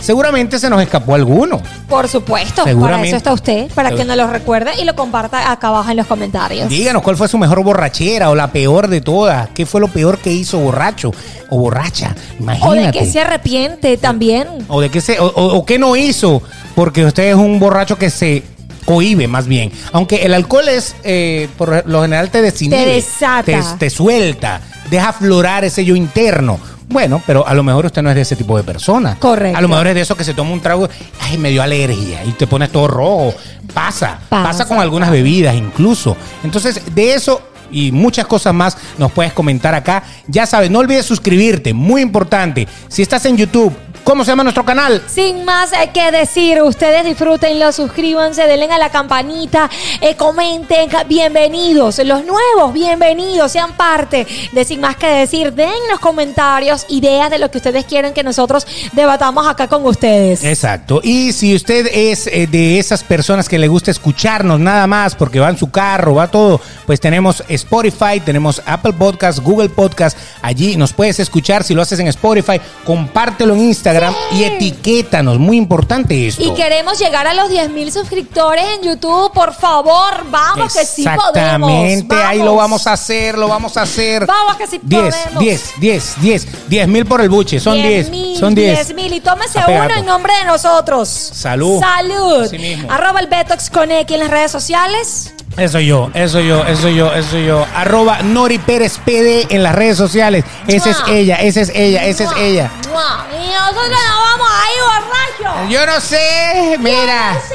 Seguramente se nos escapó alguno.
Por supuesto, para
Seguramente.
eso está usted, para que
Seguro.
nos lo recuerde y lo comparta acá abajo en los comentarios.
Díganos cuál fue su mejor borrachera o la peor de todas. ¿Qué fue lo peor que hizo borracho o borracha?
O
Imagínate.
de que se arrepiente también.
o de qué se o, o- o qué no hizo porque usted es un borracho que se cohíbe más bien aunque el alcohol es eh, por lo general te desinhibe
Te desata.
te, te suelta deja aflorar ese yo interno bueno, pero a lo mejor usted no es de ese tipo de persona.
Correcto.
A lo mejor es de esos que se toma un trago, ay, me dio alergia y te pones todo rojo. Pasa, pasa,
Pasa.
con algunas bebidas incluso. Entonces, de eso y muchas cosas más nos puedes comentar acá. Ya sabes, no olvides suscribirte, muy importante. Si estás en YouTube, ¿cómo se llama nuestro canal?
Sin más eh, que decir, ustedes disfrútenlo, suscríbanse, denle a la campanita, eh, comenten, ca- bienvenidos, los nuevos, bienvenidos, sean parte de Sin más que decir, dennos comentarios, ideas de lo que ustedes quieren que nosotros debatamos acá con ustedes.
Exacto. Y si usted es eh, de esas personas que le gusta escucharnos nada más porque va en su carro, va todo, pues tenemos Spotify, tenemos Apple Podcast, Google Podcast. Allí nos puedes escuchar. Si lo haces en Spotify, compártelo en Instagram y etiquétanos. Muy importante esto.
Y queremos llegar a los 10 mil suscriptores en YouTube, por favor, vamos que sí podemos.
Exactamente, ahí lo vamos a hacer, lo vamos a hacer.
Vamos que sí
10,
podemos.
10, 10, 10, 10 mil por el buche, son 10, son 10.
mil. Y tómese
Apégate.
uno en nombre de nosotros.
pues. Salud.
Salud.
Así mismo.
E Arroba el Betox con X en las redes sociales.
Eso yo, eso yo, eso yo, eso yo. Arroba Nori Pérez PD en las redes sociales. Esa es ella, esa es ella, esa es
¡Mua!
ella.
¡Mua! Y nosotros nos vamos ahí, borracho.
Yo no sé, mira.
sé.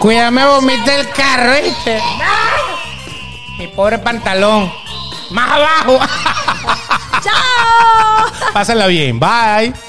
Cuídame, vomita el carro, ¿viste? Mi pobre pantalón. Más abajo.
¡Chao!
Pásenla bien, bye.